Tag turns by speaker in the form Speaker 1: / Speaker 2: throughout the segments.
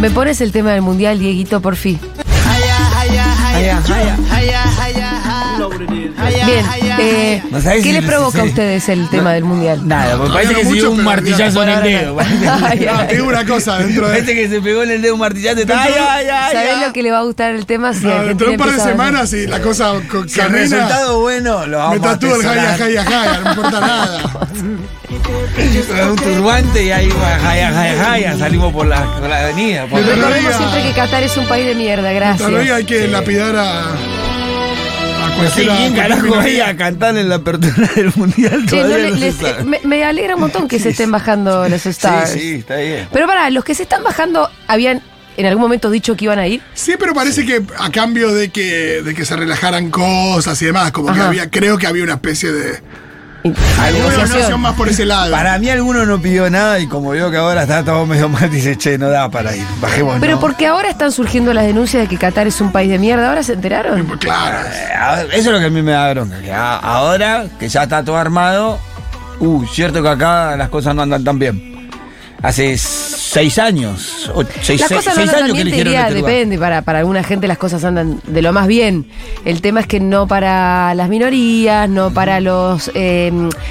Speaker 1: Me pones el tema del mundial, Dieguito, por fin. Bien, eh,
Speaker 2: No sabés
Speaker 1: ¿qué
Speaker 2: si
Speaker 1: le
Speaker 2: lo-
Speaker 1: provoca a
Speaker 2: sí.
Speaker 1: ustedes el tema del mundial?
Speaker 2: Nada, porque parece
Speaker 3: no
Speaker 2: que se
Speaker 3: mucho,
Speaker 2: dio un
Speaker 3: pero
Speaker 2: martillazo en el dedo.
Speaker 1: Ay,
Speaker 3: No, te
Speaker 1: ay.
Speaker 3: digo una cosa, dentro de,
Speaker 2: Parece que se pegó en el dedo un martillazo. está- Ay, ay, ay,
Speaker 1: ¿Sabés
Speaker 2: ay.
Speaker 1: lo que le va a gustar el tema? Si
Speaker 3: no,
Speaker 1: Argentina
Speaker 3: dentro de un par de
Speaker 1: empieza a ganar?
Speaker 3: semanas y la cosa con
Speaker 2: Si el
Speaker 3: carrera,
Speaker 2: resultado bueno, lo vamos
Speaker 3: me
Speaker 2: a
Speaker 3: tatúo el jaya,
Speaker 2: atesorar.
Speaker 3: jaya, jaya, no me importa nada.
Speaker 2: Con un turbante y ahí va, jaya, jaya, jaya, salimos por la, por la avenida. por-
Speaker 3: Pero-
Speaker 1: Recordemos
Speaker 3: Diga.
Speaker 1: siempre que Qatar es un país de mierda,
Speaker 3: Todavía
Speaker 1: gracias.
Speaker 3: hay que lapidar a, a
Speaker 2: No sé
Speaker 3: cualquiera.
Speaker 2: Pues quién carajo va a ir a cantar en la apertura del mundial
Speaker 1: Che, no
Speaker 2: todavía
Speaker 1: le-
Speaker 2: no se
Speaker 1: les-
Speaker 2: sabe.
Speaker 1: me, me alegra un montón que se estén bajando los stars.
Speaker 2: Sí, sí, está bien.
Speaker 1: Pero para, los que se están bajando, ¿habían en algún momento dicho que iban a ir?
Speaker 3: Sí, pero parece que a cambio de que, de que se relajaran cosas y demás, como que
Speaker 1: Ajá.
Speaker 3: había, creo que había una especie de
Speaker 2: Algunos
Speaker 3: una
Speaker 1: Negociación.
Speaker 3: relación más por ese lado.
Speaker 2: Para mí alguno no pidió nada y como veo que ahora está todo medio mal, dice, che, no da para ir, bajemos.
Speaker 1: Pero porque ahora están surgiendo las denuncias de que Qatar es un país de mierda, ¿ahora se enteraron?
Speaker 3: Claro.
Speaker 2: Eso es lo que Eh, a mí me da bronca, que a- ahora que ya está todo armado, uh, cierto que acá las cosas no andan tan bien. Hace seis años, o- seis,
Speaker 1: Las
Speaker 2: seis-
Speaker 1: cosas no
Speaker 2: seis
Speaker 1: andan
Speaker 2: años
Speaker 1: bien, te
Speaker 2: que eligieron
Speaker 1: diría,
Speaker 2: este lugar.
Speaker 1: depende, para, para alguna gente las cosas andan de lo más bien. El tema es que no para las minorías, no para los eh,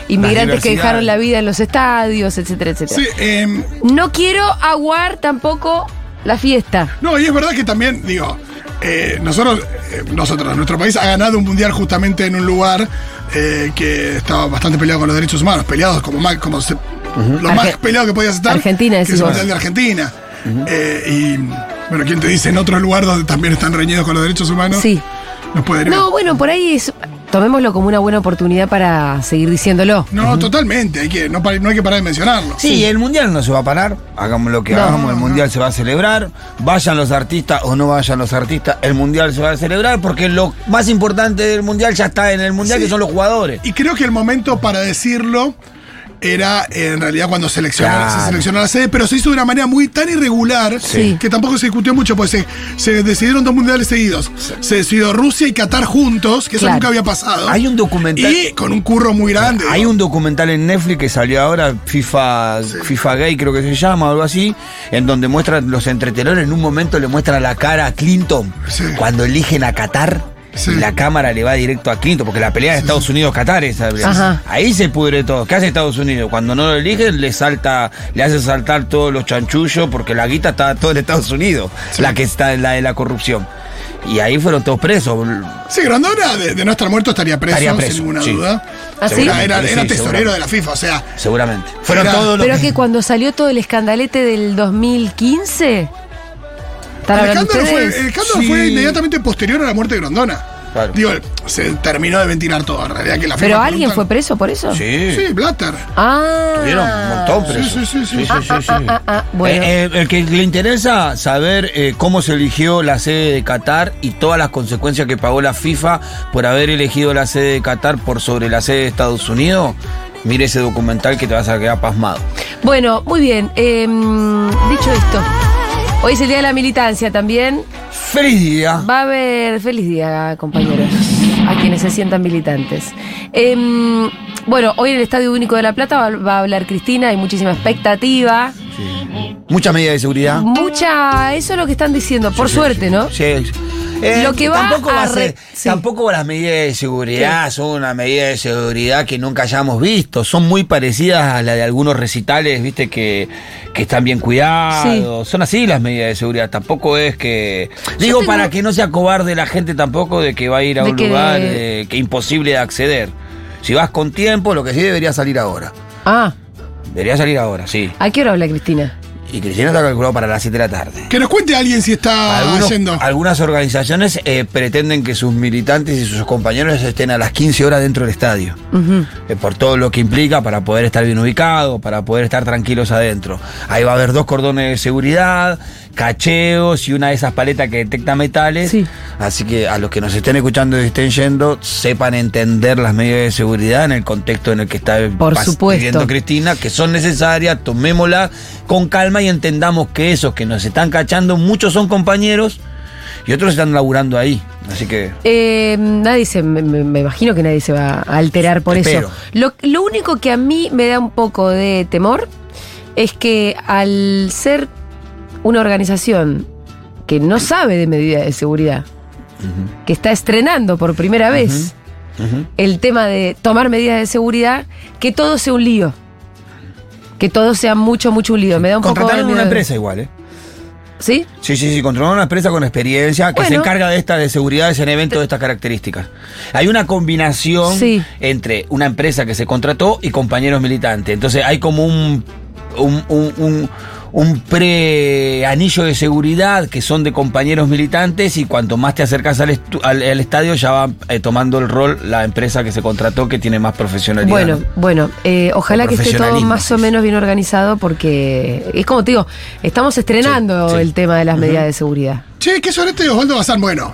Speaker 1: inmigrantes que
Speaker 2: diversidades.
Speaker 1: dejaron la vida en los estadios, etcétera, etcétera.
Speaker 3: Sí, em,
Speaker 1: No quiero aguar tampoco la fiesta.
Speaker 3: No, y es verdad que también, digo, eh, nosotros, eh, nosotros, nuestro país ha ganado un mundial justamente en un lugar eh, que estaba bastante peleado con los derechos humanos, peleados como más, como se- lo más
Speaker 1: Arge-
Speaker 3: peleado que podías estar.
Speaker 1: Argentina,
Speaker 3: que
Speaker 1: decís
Speaker 3: es el
Speaker 1: vos.
Speaker 3: mundial de Argentina. Eh, y bueno, ¿quién te dice en otro lugar donde también están reñidos con los derechos humanos?
Speaker 1: Sí.
Speaker 3: Nos puede
Speaker 1: No, bueno, por ahí es, tomémoslo como una buena oportunidad para seguir diciéndolo.
Speaker 3: No, totalmente, hay que, no, pa- no hay que parar de mencionarlo.
Speaker 2: Sí, el mundial no se va a parar. Hagamos lo que
Speaker 1: No.
Speaker 2: hagamos, el mundial se va a celebrar. Vayan los artistas o no vayan los artistas, el mundial se va a celebrar porque lo más importante del mundial ya está en el mundial,
Speaker 3: Sí.
Speaker 2: que son los jugadores.
Speaker 3: Y creo que el momento para decirlo era eh, en realidad cuando seleccionaron,
Speaker 2: Claro.
Speaker 3: se seleccionó la sede, pero se hizo de una manera muy tan irregular
Speaker 1: Sí.
Speaker 3: que tampoco se discutió mucho, pues se, se decidieron dos mundiales seguidos. Se decidió Rusia y Qatar juntos, que eso
Speaker 1: Claro.
Speaker 3: nunca había pasado.
Speaker 2: Hay un documental.
Speaker 3: y con un curro muy grande.
Speaker 2: Hay un documental en Netflix que salió ahora, FIFA, FIFA Gay creo que se llama, algo así, en donde muestran los entretenores, en un momento le muestran la cara a Clinton
Speaker 3: Sí.
Speaker 2: cuando eligen a Qatar.
Speaker 3: Sí.
Speaker 2: y La cámara le va directo a Clinton, porque la pelea de Estados Unidos-Qatar es
Speaker 1: Ajá.
Speaker 2: Ahí se pudre todo. ¿Qué hace Estados Unidos? Cuando no lo eligen, le salta, le hace saltar todos los chanchullos, porque la guita está todo en Estados Unidos, la que está la de la corrupción. Y ahí fueron todos presos.
Speaker 3: Sí, Grandona, de, de no estar muerto, estaría preso,
Speaker 2: Estaría preso,
Speaker 3: sin ninguna
Speaker 2: sí.
Speaker 3: duda.
Speaker 1: ¿Ah, sí?
Speaker 3: Era, era-
Speaker 2: Sí,
Speaker 3: era
Speaker 2: sí,
Speaker 3: tesorero
Speaker 2: seguramente.
Speaker 3: de la FIFA, o sea.
Speaker 2: Seguramente. Fueron
Speaker 3: Era-
Speaker 2: todos los
Speaker 1: Pero que cuando salió todo el escandalete del 2015, ¿están
Speaker 3: El
Speaker 1: hablando
Speaker 3: escándalo, fue,
Speaker 1: ustedes?
Speaker 3: el escándalo
Speaker 2: Sí.
Speaker 3: fue inmediatamente posterior a la muerte de Grandona.
Speaker 2: Claro.
Speaker 3: Digo, se terminó de ventilar todo, en realidad que la
Speaker 1: ¿Pero
Speaker 3: FIFA
Speaker 1: alguien
Speaker 3: pregunta-
Speaker 1: fue preso por eso?
Speaker 2: Sí.
Speaker 3: Sí, Blatter.
Speaker 1: Ah.
Speaker 2: Tuvieron un montón presos.
Speaker 3: Sí, sí, sí, sí.
Speaker 1: ah, ah, bueno.
Speaker 2: Eh, eh, el que le interesa saber eh, cómo se eligió la sede de Qatar y todas las consecuencias que pagó la FIFA por haber elegido la sede de Qatar por sobre la sede de Estados Unidos, mire ese documental que te vas a quedar pasmado.
Speaker 1: Bueno, muy bien. eh, dicho esto, hoy es el Día de la Militancia también.
Speaker 2: ¡Feliz día!
Speaker 1: Va a haber feliz día, compañeros, a quienes se sientan militantes. Em, bueno, hoy en el Estadio Único de La Plata va, va a hablar Cristina, hay muchísima expectativa.
Speaker 2: Muchas medidas de seguridad.
Speaker 1: Mucha, eso es lo que están diciendo, por suerte, ¿no?
Speaker 2: Sí. Eh,
Speaker 1: Lo que va
Speaker 2: tampoco
Speaker 1: a
Speaker 2: va a ser-
Speaker 1: re- sí.
Speaker 2: tampoco las medidas de seguridad son una medida de seguridad que nunca hayamos visto. Son muy parecidas a la de algunos recitales, viste, que, que están bien cuidados. Son así las medidas de seguridad. Tampoco es que. Digo,
Speaker 1: tengo-
Speaker 2: para que no sea cobarde la gente tampoco de que va a ir a
Speaker 1: De
Speaker 2: un
Speaker 1: que-
Speaker 2: lugar eh, que es imposible de acceder. Si vas con tiempo, lo que sí debería salir ahora.
Speaker 1: Ah,
Speaker 2: Debería salir ahora, sí.
Speaker 1: ¿a qué hora habla Cristina?
Speaker 2: Y Cristina está calculado para las 7 de la tarde.
Speaker 3: Que nos cuente alguien si está
Speaker 2: Algunos-
Speaker 3: yendo.
Speaker 2: algunas organizaciones eh, pretenden que sus militantes y sus compañeros estén a las 15 horas dentro del estadio,
Speaker 1: Ujú.
Speaker 2: eh, por todo lo que implica para poder estar bien ubicados, para poder estar tranquilos adentro. Ahí va a haber dos cordones de seguridad, cacheos y una de esas paletas que detecta metales.
Speaker 1: Sí.
Speaker 2: Así que a los que nos estén escuchando y estén yendo, sepan entender las medidas de seguridad en el contexto en el que está
Speaker 1: Por
Speaker 2: pas-
Speaker 1: supuesto.
Speaker 2: viviendo Cristina, que son necesarias, tomémoslas con calma y entendamos que esos que nos están cachando, muchos son compañeros y otros están laburando ahí. Así que.
Speaker 1: Eh, nadie se, me, me- me imagino que nadie se va a alterar por
Speaker 2: Espero.
Speaker 1: eso. Lo, lo único que a mí me da un poco de temor es que al ser una organización que no sabe de medidas de seguridad, que está estrenando por primera vez el tema de tomar medidas de seguridad, que todo sea un lío. Que todo sea mucho, mucho un lío. Me da un poco de
Speaker 2: Contrataron una
Speaker 1: miedo.
Speaker 2: empresa igual, ¿eh?
Speaker 1: ¿Sí?
Speaker 2: Sí, sí, sí, contrataron una empresa con experiencia que se
Speaker 1: Bueno.
Speaker 2: encarga de esta de seguridad en eventos de estas características. Hay una combinación
Speaker 1: Sí.
Speaker 2: entre una empresa que se contrató y compañeros militantes. Entonces hay como un un, un- un- un pre-anillo de seguridad que son de compañeros militantes y cuanto más te acercas al, estu- al- al estadio ya va eh, tomando el rol la empresa que se contrató que tiene más profesionalidad.
Speaker 1: Bueno,
Speaker 2: ¿no?
Speaker 1: bueno, eh, ojalá
Speaker 2: O
Speaker 1: que esté todo
Speaker 2: profesionalismo,
Speaker 1: más o
Speaker 2: sí.
Speaker 1: menos bien organizado porque es como te digo, estamos estrenando
Speaker 2: Sí, sí.
Speaker 1: el tema de las medidas de seguridad.
Speaker 3: Che, qué suerte de Osvaldo Bazán. Bueno,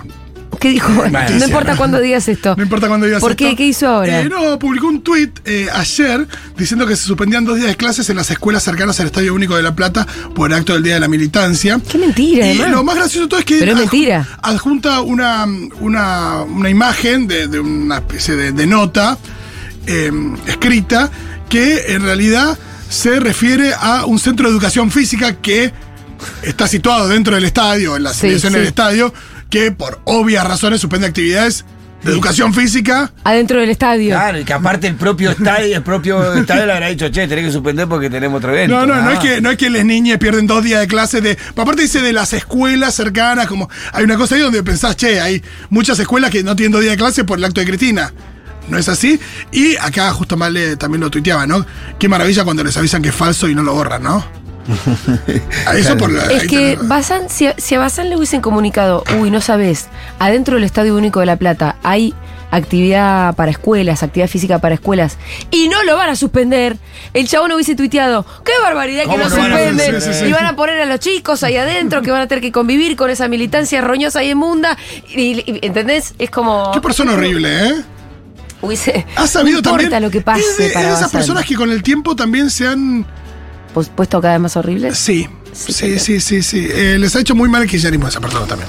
Speaker 1: ¿Qué dijo? no
Speaker 2: noticia.
Speaker 1: importa cuándo digas esto.
Speaker 3: no importa cuándo digas
Speaker 1: ¿Por qué?
Speaker 3: esto.
Speaker 1: ¿Qué hizo ahora?
Speaker 3: Eh, no, publicó un tuit eh, ayer diciendo que se suspendían dos días de clases en las escuelas cercanas al Estadio Único de La Plata por acto del Día de la Militancia.
Speaker 1: Qué mentira,
Speaker 3: Y
Speaker 1: además.
Speaker 3: Eh, lo más gracioso de todo es que...
Speaker 1: Pero es
Speaker 3: adju-
Speaker 1: mentira.
Speaker 3: Adjunta una, una, una imagen de, de una especie de, de nota eh, escrita que en realidad se refiere a un centro de educación física que está situado dentro del estadio, en las
Speaker 1: Sí,
Speaker 3: inmediaciones
Speaker 1: sí.
Speaker 3: del estadio, que por obvias razones suspende actividades de educación física.
Speaker 1: Adentro del estadio.
Speaker 2: Claro, y que aparte el propio estadio, el propio estadio le habrá dicho, che, tenés que suspender porque tenemos otro evento.
Speaker 3: No, no, no
Speaker 2: Ah.
Speaker 3: es que no es que las niñas pierden dos días de clase de. Aparte dice de las escuelas cercanas, como. Hay una cosa ahí donde pensás, che, hay muchas escuelas que no tienen dos días de clase por el acto de Cristina. ¿No es así? Y acá justo mal eh, también lo tuiteaba, ¿no? Qué maravilla cuando les avisan que es falso y no lo borran, ¿no? A Eso por la-
Speaker 1: Es
Speaker 3: ahí
Speaker 1: que
Speaker 3: tenés-
Speaker 1: Bazán, si, a- si a Bazán le hubiesen comunicado, uy, no sabes, adentro del Estadio Único de La Plata hay actividad para escuelas, actividad física para escuelas, y no lo van a suspender, el chabón hubiese tuiteado, qué barbaridad que
Speaker 2: ¿Cómo
Speaker 1: no
Speaker 2: no van a-
Speaker 1: suspenden,
Speaker 3: sí, sí, sí.
Speaker 1: y van a poner a los chicos ahí adentro que van a tener que convivir con esa militancia roñosa y inmunda, y, y- ¿entendés? Es como...
Speaker 3: Qué persona horrible, ¿eh?
Speaker 1: hubiese-
Speaker 3: Ha sabido
Speaker 1: no
Speaker 3: también.
Speaker 1: importa lo que pase
Speaker 3: es de- es de
Speaker 1: para
Speaker 3: esas
Speaker 1: Bazán.
Speaker 3: personas que con el tiempo también se han.
Speaker 1: Pues- Puesto cada vez más horrible.
Speaker 3: Sí.
Speaker 1: Sí,
Speaker 3: Sí, sí, sí, sí. Eh, les ha hecho muy mal el kirchnerismo a esa persona también.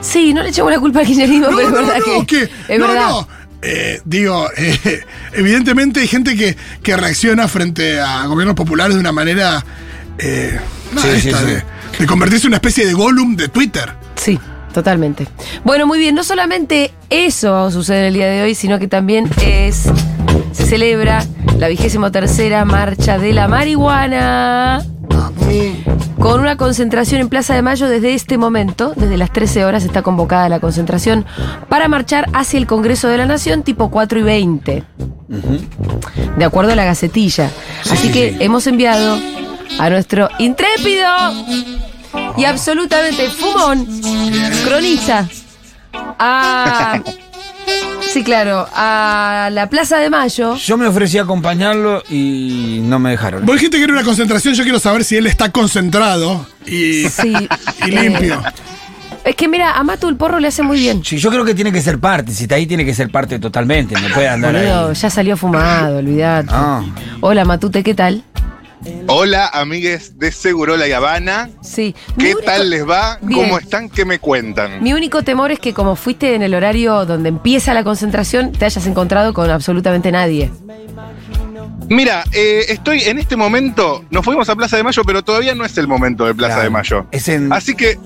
Speaker 1: Sí, no le echamos la culpa al kirchnerismo, pero es
Speaker 3: no,
Speaker 1: verdad
Speaker 3: no,
Speaker 1: que...
Speaker 3: que-
Speaker 1: es
Speaker 3: no,
Speaker 1: verdad.
Speaker 3: no. Eh, digo, eh, evidentemente hay gente que, que reacciona frente a gobiernos populares de una manera eh, nada,
Speaker 2: Sí, sí,
Speaker 3: esta
Speaker 2: sí.
Speaker 3: De, de convertirse en una especie de Gollum de Twitter.
Speaker 1: Sí, totalmente. Bueno, muy bien, no solamente eso sucede en el día de hoy, sino que también es. Se celebra la vigésimo tercera marcha de la marihuana. Con una concentración en Plaza de Mayo desde este momento, desde las 13 horas está convocada la concentración para marchar hacia el Congreso de la Nación tipo 4 y 20, de acuerdo a la Gacetilla. Así
Speaker 2: sí,
Speaker 1: que
Speaker 2: sí.
Speaker 1: hemos enviado a nuestro intrépido y absolutamente fumón cronista a... Sí, claro, a la Plaza de Mayo.
Speaker 2: Yo me ofrecí a acompañarlo y no me dejaron.
Speaker 3: Vos dijiste que era una concentración, yo quiero saber si él está concentrado y,
Speaker 1: Sí,
Speaker 3: y
Speaker 1: eh,
Speaker 3: limpio.
Speaker 1: Es que mira, a Mato el porro le hace muy bien.
Speaker 2: Sí, yo creo que tiene que ser parte, si está ahí tiene que ser parte totalmente, no puede andar
Speaker 1: Boludo,
Speaker 2: ahí.
Speaker 1: ya salió fumado, olvidate.
Speaker 2: Ah.
Speaker 1: Hola, Matute, ¿qué tal?
Speaker 4: Hola, amigues de Segurola y Habana.
Speaker 1: Sí. Mi
Speaker 4: ¿Qué
Speaker 1: único-
Speaker 4: tal les va?
Speaker 1: Bien.
Speaker 4: ¿Cómo están? ¿Qué me cuentan?
Speaker 1: Mi único temor es que como fuiste en el horario donde empieza la concentración, te hayas encontrado con absolutamente nadie.
Speaker 4: Mira, eh, estoy en este momento, nos fuimos a Plaza de Mayo, pero todavía no es el momento de Plaza
Speaker 2: Claro.
Speaker 4: de Mayo.
Speaker 2: Es en-
Speaker 4: Así que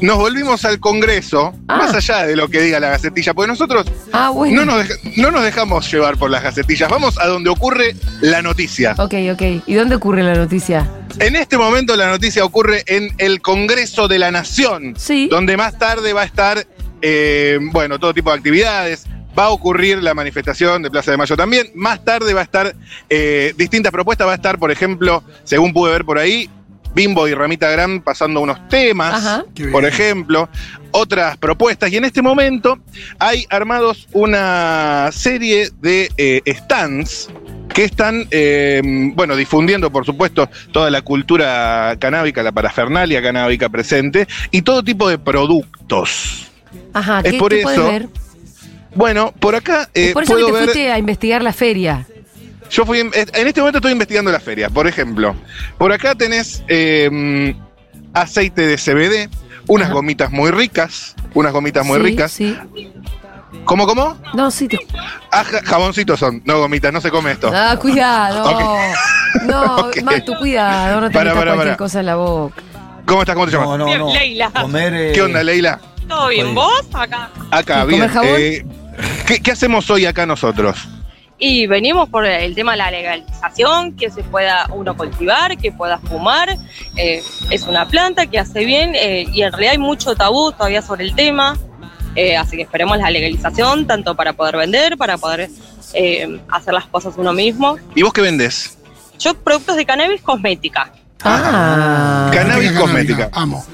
Speaker 4: nos volvimos al Congreso,
Speaker 1: Ah.
Speaker 4: más allá de lo que diga la Gacetilla, porque nosotros
Speaker 1: Ah, bueno.
Speaker 4: no nos, deja- no nos dejamos llevar por las Gacetillas, vamos a donde ocurre la noticia.
Speaker 1: Ok, ok. ¿Y dónde ocurre la noticia?
Speaker 4: En este momento la noticia ocurre en el Congreso de la Nación,
Speaker 1: Sí.
Speaker 4: donde más tarde va a estar, eh, bueno, todo tipo de actividades. Va a ocurrir la manifestación de Plaza de Mayo también. Más tarde va a estar eh, distintas propuestas. Va a estar, por ejemplo, según pude ver por ahí, Bimbo y Ramita Gran pasando unos temas,
Speaker 1: Ajá.
Speaker 3: Qué bien.
Speaker 4: por ejemplo, otras propuestas. Y en este momento hay armados una serie de eh, stands que están, eh, bueno, difundiendo, por supuesto, toda la cultura canábica, la parafernalia canábica presente y todo tipo de productos.
Speaker 1: Ajá,
Speaker 4: Es
Speaker 1: ¿qué,
Speaker 4: por
Speaker 1: qué podés
Speaker 4: eso,
Speaker 1: ver?
Speaker 4: Bueno, por acá eh,
Speaker 1: Es por eso que
Speaker 4: puedo
Speaker 1: te
Speaker 4: ver.
Speaker 1: fuiste a investigar la feria.
Speaker 4: Yo fui. En en este momento estoy investigando la feria, por ejemplo. Por acá tenés eh, aceite de CBD, unas
Speaker 1: Ajá.
Speaker 4: gomitas muy ricas, unas gomitas muy
Speaker 1: Sí,
Speaker 4: ricas.
Speaker 1: Sí.
Speaker 4: ¿Cómo, cómo?
Speaker 1: No, sí. te-
Speaker 4: Ah, ja- jaboncitos son, no gomitas, no se come esto.
Speaker 1: Ah, cuidado.
Speaker 4: Ok.
Speaker 1: No,
Speaker 4: Ok.
Speaker 1: Matu, cuidado. No te
Speaker 4: Pará,
Speaker 1: metas
Speaker 4: pará,
Speaker 1: cualquier
Speaker 4: pará.
Speaker 1: cosa en la boca.
Speaker 4: ¿Cómo estás? ¿Cómo te llamas?
Speaker 2: No, no, no.
Speaker 5: Leila.
Speaker 2: Comer, eh,
Speaker 4: ¿Qué onda, Leila?
Speaker 5: ¿Todo bien?
Speaker 2: Oye.
Speaker 5: ¿Vos? Acá.
Speaker 4: Acá,
Speaker 1: ¿Y comer
Speaker 4: bien.
Speaker 1: jabón?
Speaker 4: Eh, ¿qué, qué hacemos hoy acá nosotros?
Speaker 5: Y venimos por el tema de la legalización, que se pueda uno cultivar, que pueda fumar. eh, es una planta que hace bien eh, y en realidad hay mucho tabú todavía sobre el tema. eh, así que esperemos la legalización, tanto para poder vender, para poder eh, hacer las cosas uno mismo.
Speaker 4: ¿Y vos qué vendés?
Speaker 5: Yo productos de cannabis cosmética,
Speaker 1: Ah.
Speaker 4: Cannabis cosmética.
Speaker 3: Amo.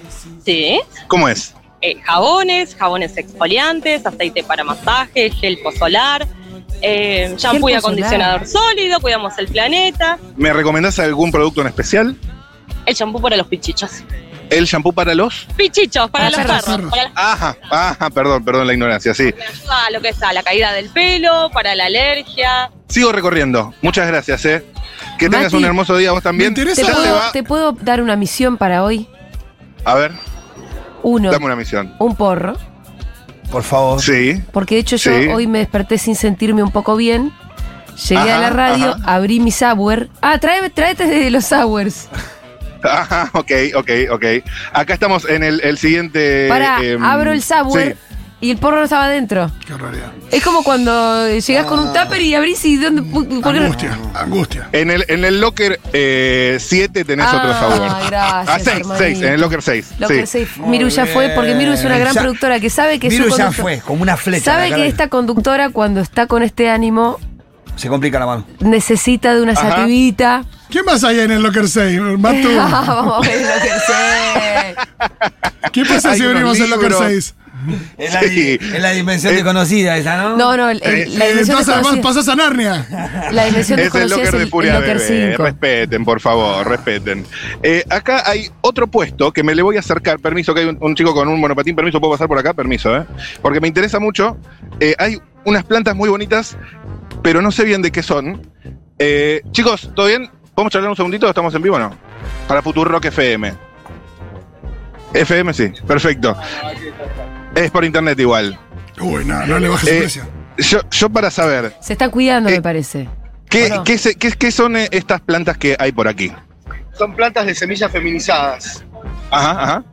Speaker 5: ¿sí?
Speaker 4: ¿Cómo es?
Speaker 5: eh, jabones, jabones exfoliantes, aceite para masaje, gel posolar, eh, shampoo y
Speaker 1: posolar.
Speaker 5: acondicionador sólido, cuidamos el planeta,
Speaker 4: ¿Me recomendás algún producto en especial?
Speaker 5: el shampoo para los pichichos.
Speaker 4: ¿El shampoo para los?
Speaker 5: Pichichos, para,
Speaker 1: Para
Speaker 5: los
Speaker 1: perros.
Speaker 5: perros. Para las-
Speaker 4: Ajá, ajá, perdón, perdón la ignorancia, sí.
Speaker 5: me ayuda a lo que es a la caída del pelo, para la alergia.
Speaker 4: Sigo recorriendo. Muchas gracias, eh. Que
Speaker 1: Mati,
Speaker 4: tengas un hermoso día vos también.
Speaker 3: me
Speaker 1: ¿Te
Speaker 3: interesa-
Speaker 4: Ya se
Speaker 1: puedo,
Speaker 4: va.
Speaker 1: te puedo dar una misión para hoy?
Speaker 4: A ver,
Speaker 1: Uno,
Speaker 4: dame una misión.
Speaker 1: un porro.
Speaker 2: Por favor.
Speaker 4: Sí.
Speaker 1: Porque de hecho yo
Speaker 4: Sí.
Speaker 1: hoy me desperté sin sentirme un poco bien. Llegué a
Speaker 4: Ajá,
Speaker 1: la radio,
Speaker 4: ajá.
Speaker 1: abrí mi sour. Ah, tráeme, tráete de los sours.
Speaker 4: Ajá, ok, ok, ok. Acá estamos en el, el siguiente.
Speaker 1: Para,
Speaker 4: em,
Speaker 1: abro el sour
Speaker 4: sí.
Speaker 1: y el porro no estaba adentro.
Speaker 3: Qué realidad.
Speaker 1: Es como cuando llegás con
Speaker 4: Ah.
Speaker 1: un tupper y abrís y dónde pu- por-
Speaker 3: Angustia, angustia.
Speaker 4: En el, en el locker 7 tenés otro
Speaker 1: Ah,
Speaker 4: sabor.
Speaker 1: gracias,
Speaker 4: Ah, 6,
Speaker 1: hermanito.
Speaker 4: 6, en el locker 6.
Speaker 1: Lo que
Speaker 4: Sí.
Speaker 1: sé,
Speaker 2: Muy
Speaker 1: Miru ya fue, porque Miru es una
Speaker 2: bien.
Speaker 1: gran
Speaker 2: Ya-
Speaker 1: productora que sabe que
Speaker 2: Miru
Speaker 1: su
Speaker 2: ya
Speaker 1: conducto-
Speaker 2: fue, como una flecha.
Speaker 1: Sabe
Speaker 2: la cara
Speaker 1: que
Speaker 2: de-
Speaker 1: esta conductora cuando está con este ánimo
Speaker 2: Se complica la mano.
Speaker 1: necesita de una
Speaker 4: Ajá.
Speaker 1: sativita.
Speaker 3: ¿Quién más hay en el Locker 6? Matu,
Speaker 1: Ah, Vamos a ver lo que sé.
Speaker 3: ¿qué pasa
Speaker 4: Hay
Speaker 3: si
Speaker 4: unos
Speaker 3: abrimos el Locker
Speaker 4: libros.
Speaker 3: 6?
Speaker 2: Es la,
Speaker 4: Sí.
Speaker 2: di- es la dimensión desconocida esa, ¿no?
Speaker 1: No, no, el- el-
Speaker 4: Eh,
Speaker 1: la dimensión
Speaker 3: Eh, Entonces, además,
Speaker 1: desconocida-
Speaker 3: pasás a Narnia.
Speaker 1: La dimensión
Speaker 4: Es el
Speaker 1: desconocida
Speaker 4: locker de Furia
Speaker 1: el locker
Speaker 4: Bebé.
Speaker 1: 5.
Speaker 4: Respeten, por favor, respeten. Eh, acá hay otro puesto que me le voy a acercar. Permiso, que hay un, un chico con un monopatín. Permiso, ¿puedo pasar por acá? Permiso, ¿eh? Porque me interesa mucho. Eh, hay unas plantas muy bonitas, pero no sé bien de qué son. Eh, chicos, ¿todo bien? ¿Podemos charlar un segundito? ¿Estamos en vivo o no? Para Futuro Rock FM. FM, sí. Perfecto. Es por internet igual.
Speaker 3: Uy, no, no le bajes el
Speaker 4: Eh,
Speaker 3: precio.
Speaker 4: Yo, yo para saber,
Speaker 1: Se están cuidando,
Speaker 4: Eh,
Speaker 1: me parece.
Speaker 4: ¿qué,
Speaker 1: Bueno.
Speaker 4: qué se- qué- qué son eh, estas plantas que hay por aquí?
Speaker 6: Son plantas de semillas feminizadas.
Speaker 4: Ajá, ajá.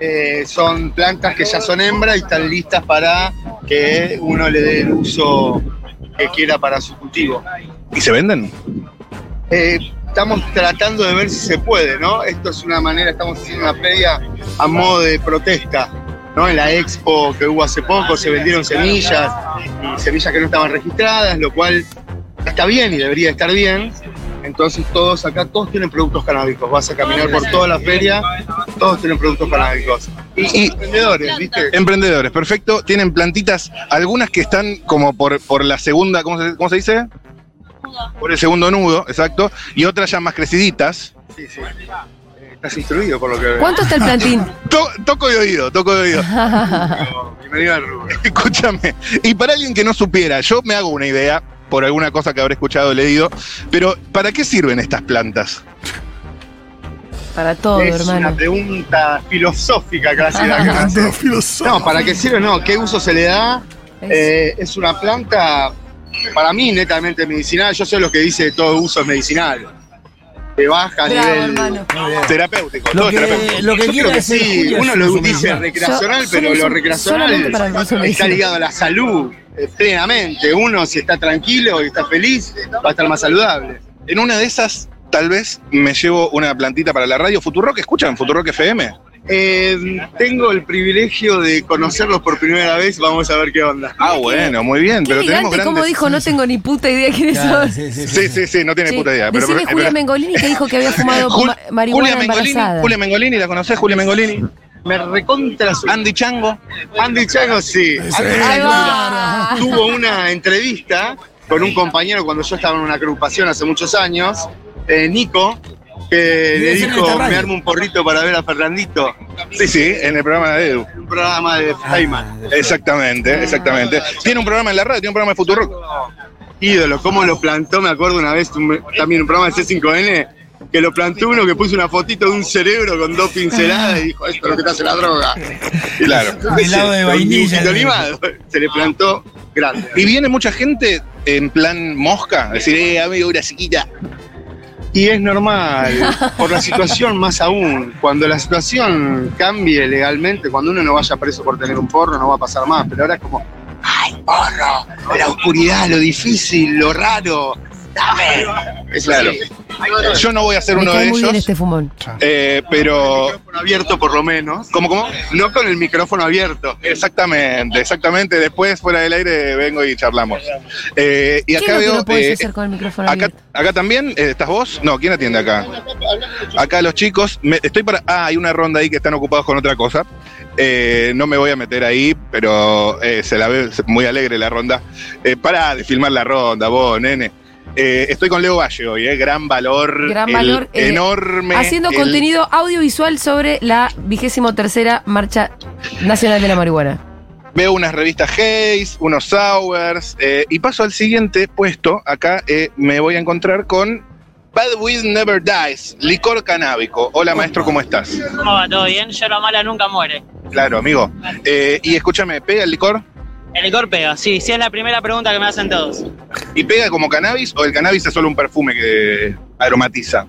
Speaker 6: Eh, son plantas que ya son hembra y están listas para que uno le dé el uso que quiera para su cultivo.
Speaker 4: ¿Y se venden?
Speaker 6: Eh, estamos tratando de ver si se puede, ¿no? Esto es una manera, estamos haciendo una previa a modo de protesta. ¿no? En la expo que hubo hace poco se vendieron semillas, y semillas que no estaban registradas, lo cual está bien y debería estar bien. Entonces todos acá, todos tienen productos canábicos. Vas a caminar por toda la feria, todos tienen productos canábicos. Y, y emprendedores, ¿viste?
Speaker 4: Emprendedores, perfecto. Tienen plantitas, algunas que están como por, por la segunda, ¿cómo se, cómo se dice? Por el segundo nudo, exacto. Y otras ya más creciditas. Ah,
Speaker 6: Sí, sí. Eh, Estás instruido por lo que veo.
Speaker 1: ¿Cuánto está el plantín?
Speaker 4: To- toco de oído, toco de oído.
Speaker 6: Bienvenido al rubro.
Speaker 4: Escúchame. Y para alguien que no supiera, yo me hago una idea por alguna cosa que habré escuchado o leído, pero ¿para qué sirven estas plantas?
Speaker 1: Para todo,
Speaker 6: es una
Speaker 1: hermano.
Speaker 6: pregunta filosófica casi la que me hace.
Speaker 3: Tanto filosófico.
Speaker 6: No, ¿para qué sirve? No, ¿qué uso se le da?
Speaker 1: Es-
Speaker 6: Eh, es una planta, para mí, netamente medicinal. Yo soy lo que dice todo uso es medicinal. De baja
Speaker 1: Bravo,
Speaker 6: nivel
Speaker 1: hermano.
Speaker 2: Muy bien.
Speaker 4: Terapéutico,
Speaker 2: Lo
Speaker 4: todo
Speaker 2: que-
Speaker 4: es terapéutico.
Speaker 2: lo que
Speaker 6: Yo creo
Speaker 2: quiere
Speaker 6: que
Speaker 2: hacer
Speaker 6: sí,
Speaker 2: Julia
Speaker 6: uno
Speaker 2: es
Speaker 6: lo
Speaker 2: su
Speaker 6: dice
Speaker 2: medicina.
Speaker 6: recreacional,
Speaker 1: Yo-
Speaker 6: pero
Speaker 1: solo
Speaker 6: lo
Speaker 1: uso- solamente para
Speaker 6: recreacional
Speaker 1: mí uso
Speaker 6: está
Speaker 1: medicina.
Speaker 6: ligado a la salud eh, plenamente. Uno, si está tranquilo y está feliz, va a estar más saludable.
Speaker 4: En una de esas, tal vez me llevo una plantita para la radio Futurock. ¿Escuchan Futurock FM?
Speaker 6: Eh, tengo el privilegio de conocerlos por primera vez, vamos a ver qué onda.
Speaker 4: Ah, bueno, muy bien.
Speaker 1: Qué
Speaker 4: pero tenemos
Speaker 1: elegante,
Speaker 4: grandes...
Speaker 1: como dijo, no tengo ni puta idea quiénes
Speaker 2: Claro,
Speaker 1: son.
Speaker 2: sí, sí, sí.
Speaker 4: Sí, sí, sí, no tiene
Speaker 1: Sí,
Speaker 4: puta idea. Pero,
Speaker 1: Decile
Speaker 4: pero-
Speaker 1: Julia Mengolini que dijo que había fumado
Speaker 4: Jul-
Speaker 1: ma- marihuana
Speaker 4: Julia Mengolini,
Speaker 1: embarazada.
Speaker 4: Julia Mengolini, ¿la conocés? Julia Mengolini.
Speaker 6: Me recontra su-
Speaker 4: Andy Chango.
Speaker 6: Andy Chango, sí. Andy
Speaker 1: Ahí
Speaker 6: Chango
Speaker 1: va.
Speaker 6: tuvo una entrevista con un compañero cuando yo estaba en una agrupación hace muchos años, eh, Nico, que
Speaker 2: Debe
Speaker 6: le
Speaker 2: ser en
Speaker 6: dijo,
Speaker 2: esta radio.
Speaker 6: me armo un porrito para ver a Fernandito,
Speaker 4: Sí, sí, en el programa de Edu.
Speaker 6: en un programa de Feynman.
Speaker 4: Exactamente, exactamente. Tiene un programa en la radio, tiene un programa de Futurock.
Speaker 6: Ídolo, cómo lo plantó, me acuerdo una vez, un- también un programa de C5N, que lo plantó uno que puso una fotito de un cerebro con dos pinceladas y dijo, esto es lo que te hace la droga.
Speaker 4: Claro.
Speaker 2: Helado de
Speaker 6: Ese,
Speaker 2: vainilla.
Speaker 6: un dibujito animado, se le plantó grande.
Speaker 4: Y viene mucha gente en plan mosca, a decir, eh, amigo, una chiquita.
Speaker 6: Y es normal, por la situación más aún. Cuando la situación cambie legalmente, cuando uno no vaya preso por tener un porro, no va a pasar más. Pero ahora es como, ¡ay, porro! La oscuridad, lo difícil, lo raro. ¡Dame!
Speaker 4: Es claro. Yo no voy a ser
Speaker 1: Me
Speaker 4: uno de
Speaker 1: cae muy bien
Speaker 4: ellos,
Speaker 1: este fumón.
Speaker 6: Ah.
Speaker 4: eh, pero
Speaker 6: Micrófono abierto, por lo menos.
Speaker 4: ¿Cómo, cómo?
Speaker 6: No con el micrófono abierto.
Speaker 4: Exactamente, exactamente. Después, fuera del aire, vengo y charlamos. Eh, y
Speaker 1: ¿Qué es
Speaker 4: acá
Speaker 1: lo que
Speaker 4: veo.
Speaker 1: no puedes
Speaker 4: eh,
Speaker 1: hacer con el micrófono
Speaker 4: acá,
Speaker 1: abierto?
Speaker 4: acá también, eh, ¿estás vos? No, ¿quién atiende acá? Acá los chicos. me- estoy para. Ah, hay una ronda ahí que están ocupados con otra cosa. Eh, no me voy a meter ahí, pero eh, se la ve muy alegre la ronda. Eh, para de filmar la ronda, vos, nene. Eh, estoy con Leo Valle hoy, eh, gran valor.
Speaker 1: Gran
Speaker 4: el
Speaker 1: valor, eh,
Speaker 4: enorme.
Speaker 1: Haciendo
Speaker 4: el-
Speaker 1: contenido audiovisual sobre la vigésimo tercera marcha nacional de la marihuana.
Speaker 4: Veo unas revistas Hayes, unos Sours, eh, y paso al siguiente puesto. Acá eh, me voy a encontrar con Bad Weed Never Dies, licor canábico. Hola, maestro, ¿cómo estás?
Speaker 7: ¿Cómo va? ¿Todo bien? Yerba mala nunca muere.
Speaker 4: Claro, amigo. Eh, y escúchame, ¿pega el licor?
Speaker 7: El licor pega, sí, sí es la primera pregunta que me hacen todos.
Speaker 4: ¿Y pega como cannabis o el cannabis es solo un perfume que aromatiza?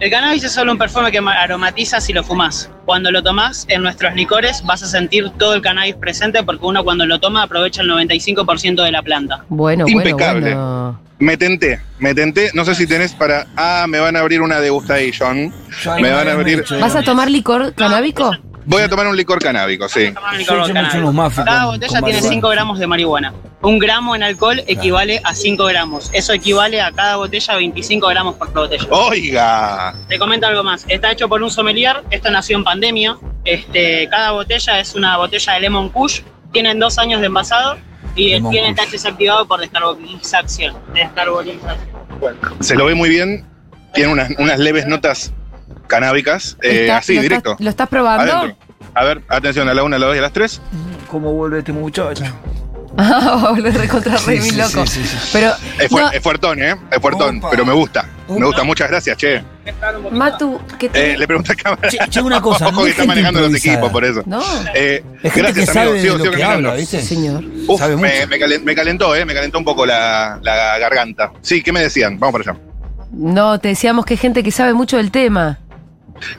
Speaker 7: El cannabis es solo un perfume que ma- aromatiza si lo fumás. Cuando lo tomás, en nuestros licores vas a sentir todo el cannabis presente porque uno cuando lo toma aprovecha el 95% de la planta.
Speaker 1: Bueno,
Speaker 4: Impecable.
Speaker 1: bueno,
Speaker 4: Me tenté, me tenté. No sé si tenés para. Ah, me van a abrir una degustation. Me van a abrir.
Speaker 1: bueno. ¿Vas a tomar licor canábico?
Speaker 4: Voy a tomar un licor canábico, sí.
Speaker 7: Tomar un
Speaker 2: Sí,
Speaker 7: licor
Speaker 2: yo me echo
Speaker 7: cannabis.
Speaker 2: unos muffins Ah,
Speaker 7: Cada
Speaker 2: con-
Speaker 7: botella
Speaker 2: con
Speaker 7: tiene
Speaker 2: marihuana.
Speaker 7: 5 gramos de marihuana. Un gramo en alcohol equivale a 5 gramos. Eso equivale a cada botella 25 gramos por botella.
Speaker 4: Oiga.
Speaker 7: Te comento algo más. Está hecho por un sommelier. Esto nació en pandemia. Este, cada botella es una botella de Lemon Kush. Tienen dos años de envasado y
Speaker 2: Lemon
Speaker 7: tiene
Speaker 2: Kush.
Speaker 7: taxis activado por descarbonización. Descarbonización.
Speaker 4: se lo ve muy bien, tiene unas, unas leves notas canábicas, eh,
Speaker 1: Está-
Speaker 4: así,
Speaker 1: lo estás-
Speaker 4: directo.
Speaker 1: ¿Lo estás probando?
Speaker 4: Adentro. A ver, atención, a la una, a la dos y a las tres.
Speaker 2: ¿Cómo vuelve este muchacho?
Speaker 1: Ah, lo recontra re mil loco. Pero,
Speaker 4: Es, fuer-
Speaker 1: no,
Speaker 4: es fuertón, ¿eh? Es fuertón,
Speaker 2: Opa.
Speaker 4: pero me gusta.
Speaker 2: Opa.
Speaker 4: Me gusta, muchas gracias, che.
Speaker 1: Matu, ¿qué te-
Speaker 4: Eh, le pregunto a cámara.
Speaker 2: Che, che, una cosa,
Speaker 4: Ojo
Speaker 2: no
Speaker 4: que
Speaker 2: es
Speaker 4: está
Speaker 2: gente
Speaker 4: manejando los
Speaker 2: improvisada.
Speaker 4: equipos, por eso.
Speaker 1: No,
Speaker 4: Eh,
Speaker 2: Es gente que sabe de
Speaker 4: Sigo,
Speaker 2: lo
Speaker 4: sigo
Speaker 2: que
Speaker 4: caminando.
Speaker 2: habla, ¿viste?
Speaker 1: señor.
Speaker 4: Uf,
Speaker 2: Sabe
Speaker 4: me,
Speaker 2: mucho.
Speaker 4: me calen- me calentó, ¿eh? Me calentó un poco la, la garganta. Sí, ¿qué me decían? Vamos para allá.
Speaker 1: No, te decíamos que hay gente que sabe mucho del tema.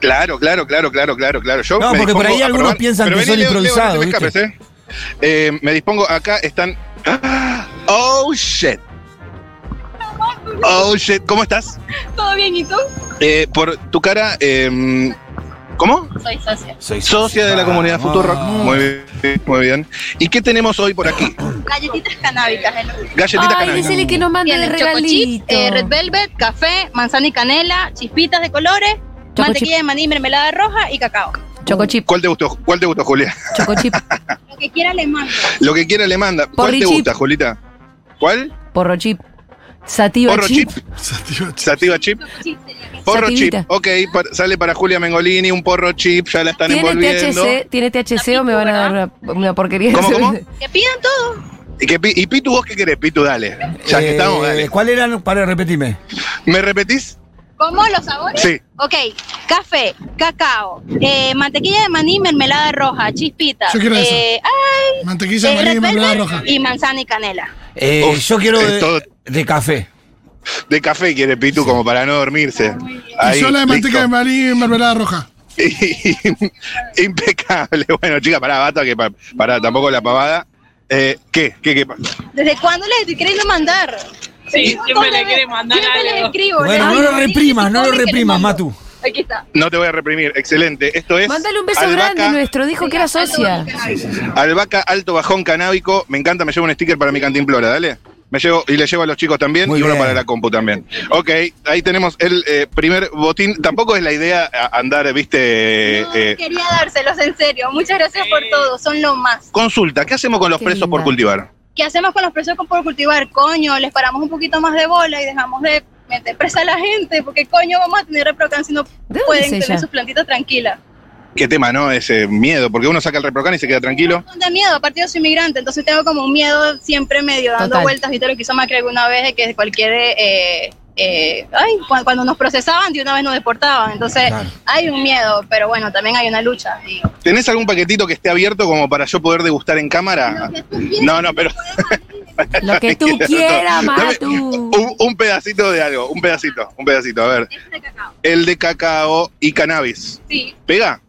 Speaker 4: Claro, claro, claro, claro, claro, claro. Yo
Speaker 2: No,
Speaker 4: me
Speaker 2: porque por
Speaker 4: dispongo
Speaker 2: ahí
Speaker 4: a
Speaker 2: algunos
Speaker 4: probar-
Speaker 2: piensan
Speaker 4: Pero
Speaker 2: que
Speaker 4: vení,
Speaker 2: son
Speaker 4: Leo, Leo, no te me
Speaker 2: improvisados,
Speaker 4: escapes, ¿eh? Eh, me dispongo, acá están. Oh shit. Oh shit, ¿cómo estás?
Speaker 5: ¿Todo bien y tú?
Speaker 4: Eh, por tu cara, eh, ¿cómo?
Speaker 5: Soy socia.
Speaker 2: Soy Ah.
Speaker 4: Socia de la comunidad Futurock. Muy bien, muy bien. ¿Y qué tenemos hoy por aquí?
Speaker 5: Galletitas canábicas.
Speaker 4: Galletitas
Speaker 1: Ay,
Speaker 4: canábicas.
Speaker 1: decirle que nos mande el
Speaker 5: Tienen choco
Speaker 1: regalito.
Speaker 5: chip, eh, red velvet, café, manzana y canela, chispitas de colores,
Speaker 1: Choco
Speaker 5: mantequilla de maní, mermelada roja y cacao.
Speaker 1: Choco chip,
Speaker 4: ¿Cuál te gustó? ¿Cuál te gustó, Julia?
Speaker 1: choco chip,
Speaker 5: Lo que quiera le mando.
Speaker 4: Lo que quiera le manda. ¿Cuál
Speaker 1: Porri
Speaker 4: te
Speaker 1: chip.
Speaker 4: gusta, Julita? ¿Cuál?
Speaker 1: porro chip, sativa
Speaker 4: ¿Porro
Speaker 1: chip.
Speaker 4: chip? ¿Sativa chip?
Speaker 5: Choco chip sería que-
Speaker 4: Porro
Speaker 1: Sativita.
Speaker 4: chip, ok, par- sale para Julia Mengolini, un porro chip, ya la están
Speaker 1: ¿Tiene
Speaker 4: envolviendo.
Speaker 1: THC? ¿Tiene THC o me van a dar una, una porquería?
Speaker 4: ¿Cómo, cómo?
Speaker 5: Que pidan todo.
Speaker 4: ¿Y, que Pi- y Pitu, vos qué querés? Pitu, dale. Ya que
Speaker 2: Eh,
Speaker 4: estamos, dale.
Speaker 2: ¿Cuál era? Para, repetime.
Speaker 4: ¿Me repetís?
Speaker 5: ¿Cómo los sabores?
Speaker 4: Sí.
Speaker 5: Ok, café, cacao, eh, mantequilla de maní, mermelada roja, chispitas.
Speaker 3: Yo quiero eso.
Speaker 5: eh, ay,
Speaker 3: Mantequilla
Speaker 5: eh,
Speaker 3: amarilla y
Speaker 5: red
Speaker 3: mermelada
Speaker 5: velvet
Speaker 3: roja.
Speaker 5: y manzana y canela.
Speaker 2: Eh,
Speaker 4: Uf,
Speaker 2: yo quiero
Speaker 4: es
Speaker 2: de,
Speaker 4: todo-
Speaker 2: de café.
Speaker 4: De café quiere Pitu, como para no dormirse.
Speaker 3: y yo la de manteca de maní y mermelada roja.
Speaker 4: maní. Impecable. Bueno, chica, pará, bata, que pa- pará, tampoco la pavada. Eh, ¿Qué? ¿Qué? ¿Qué? pa-
Speaker 5: ¿Desde cuándo les queréis mandar?
Speaker 7: Sí, siempre le quiere mandar
Speaker 5: Siempre les
Speaker 7: algo.
Speaker 5: escribo.
Speaker 2: Bueno,
Speaker 5: les
Speaker 2: no lo
Speaker 5: digo,
Speaker 2: reprimas,
Speaker 5: sí,
Speaker 2: no lo
Speaker 5: sí, sí,
Speaker 2: reprimas,
Speaker 5: les mando.
Speaker 2: Matu.
Speaker 5: Aquí está.
Speaker 4: No te voy a reprimir. Excelente. Esto es.
Speaker 1: Mándale un beso
Speaker 4: albahaca-
Speaker 1: grande nuestro, dijo que era socia.
Speaker 4: Albahaca alto bajón canábico. Me encanta, me llevo un sticker para mi cantimplora, dale. Me llevo, y le llevo a los chicos también
Speaker 2: Muy
Speaker 4: y uno
Speaker 2: bien.
Speaker 4: para la compu también. Ok, ahí tenemos el eh, primer botín. Tampoco es la idea a- andar, viste.
Speaker 5: No,
Speaker 4: eh,
Speaker 5: quería dárselos, en serio. Muchas gracias por todo, son lo más.
Speaker 4: Consulta, ¿qué hacemos con los
Speaker 1: Qué
Speaker 4: presos
Speaker 1: linda.
Speaker 4: por cultivar?
Speaker 5: ¿Qué hacemos con los precios por cultivar? Coño, les paramos un poquito más de bola y dejamos de meter presa a la gente, porque coño, vamos a tener reprocan si no
Speaker 1: ¿De dónde
Speaker 5: pueden
Speaker 1: es
Speaker 5: tener
Speaker 1: ella?
Speaker 5: sus plantitas tranquilas.
Speaker 4: Qué tema, ¿no? Ese miedo, porque uno saca el reprocan y se queda tranquilo.
Speaker 5: montón de miedo, aparte yo soy migrante, entonces tengo como un miedo siempre medio dando
Speaker 1: Total.
Speaker 5: vueltas, viste lo que hizo Macri alguna vez de que cualquier eh, eh, ay, cu- cuando nos procesaban de una vez nos deportaban, entonces
Speaker 2: Claro.
Speaker 5: hay un miedo, pero bueno, también hay una lucha. y-
Speaker 4: ¿Tenés algún paquetito que esté abierto como para yo poder degustar en cámara? No, no, pero
Speaker 1: Lo que tú quieras,
Speaker 4: Dame
Speaker 1: Matu.
Speaker 4: Un, un pedacito de algo, un pedacito, un pedacito, a ver.
Speaker 8: Es de cacao.
Speaker 4: El de cacao y cannabis.
Speaker 8: Sí.
Speaker 4: ¿Pega?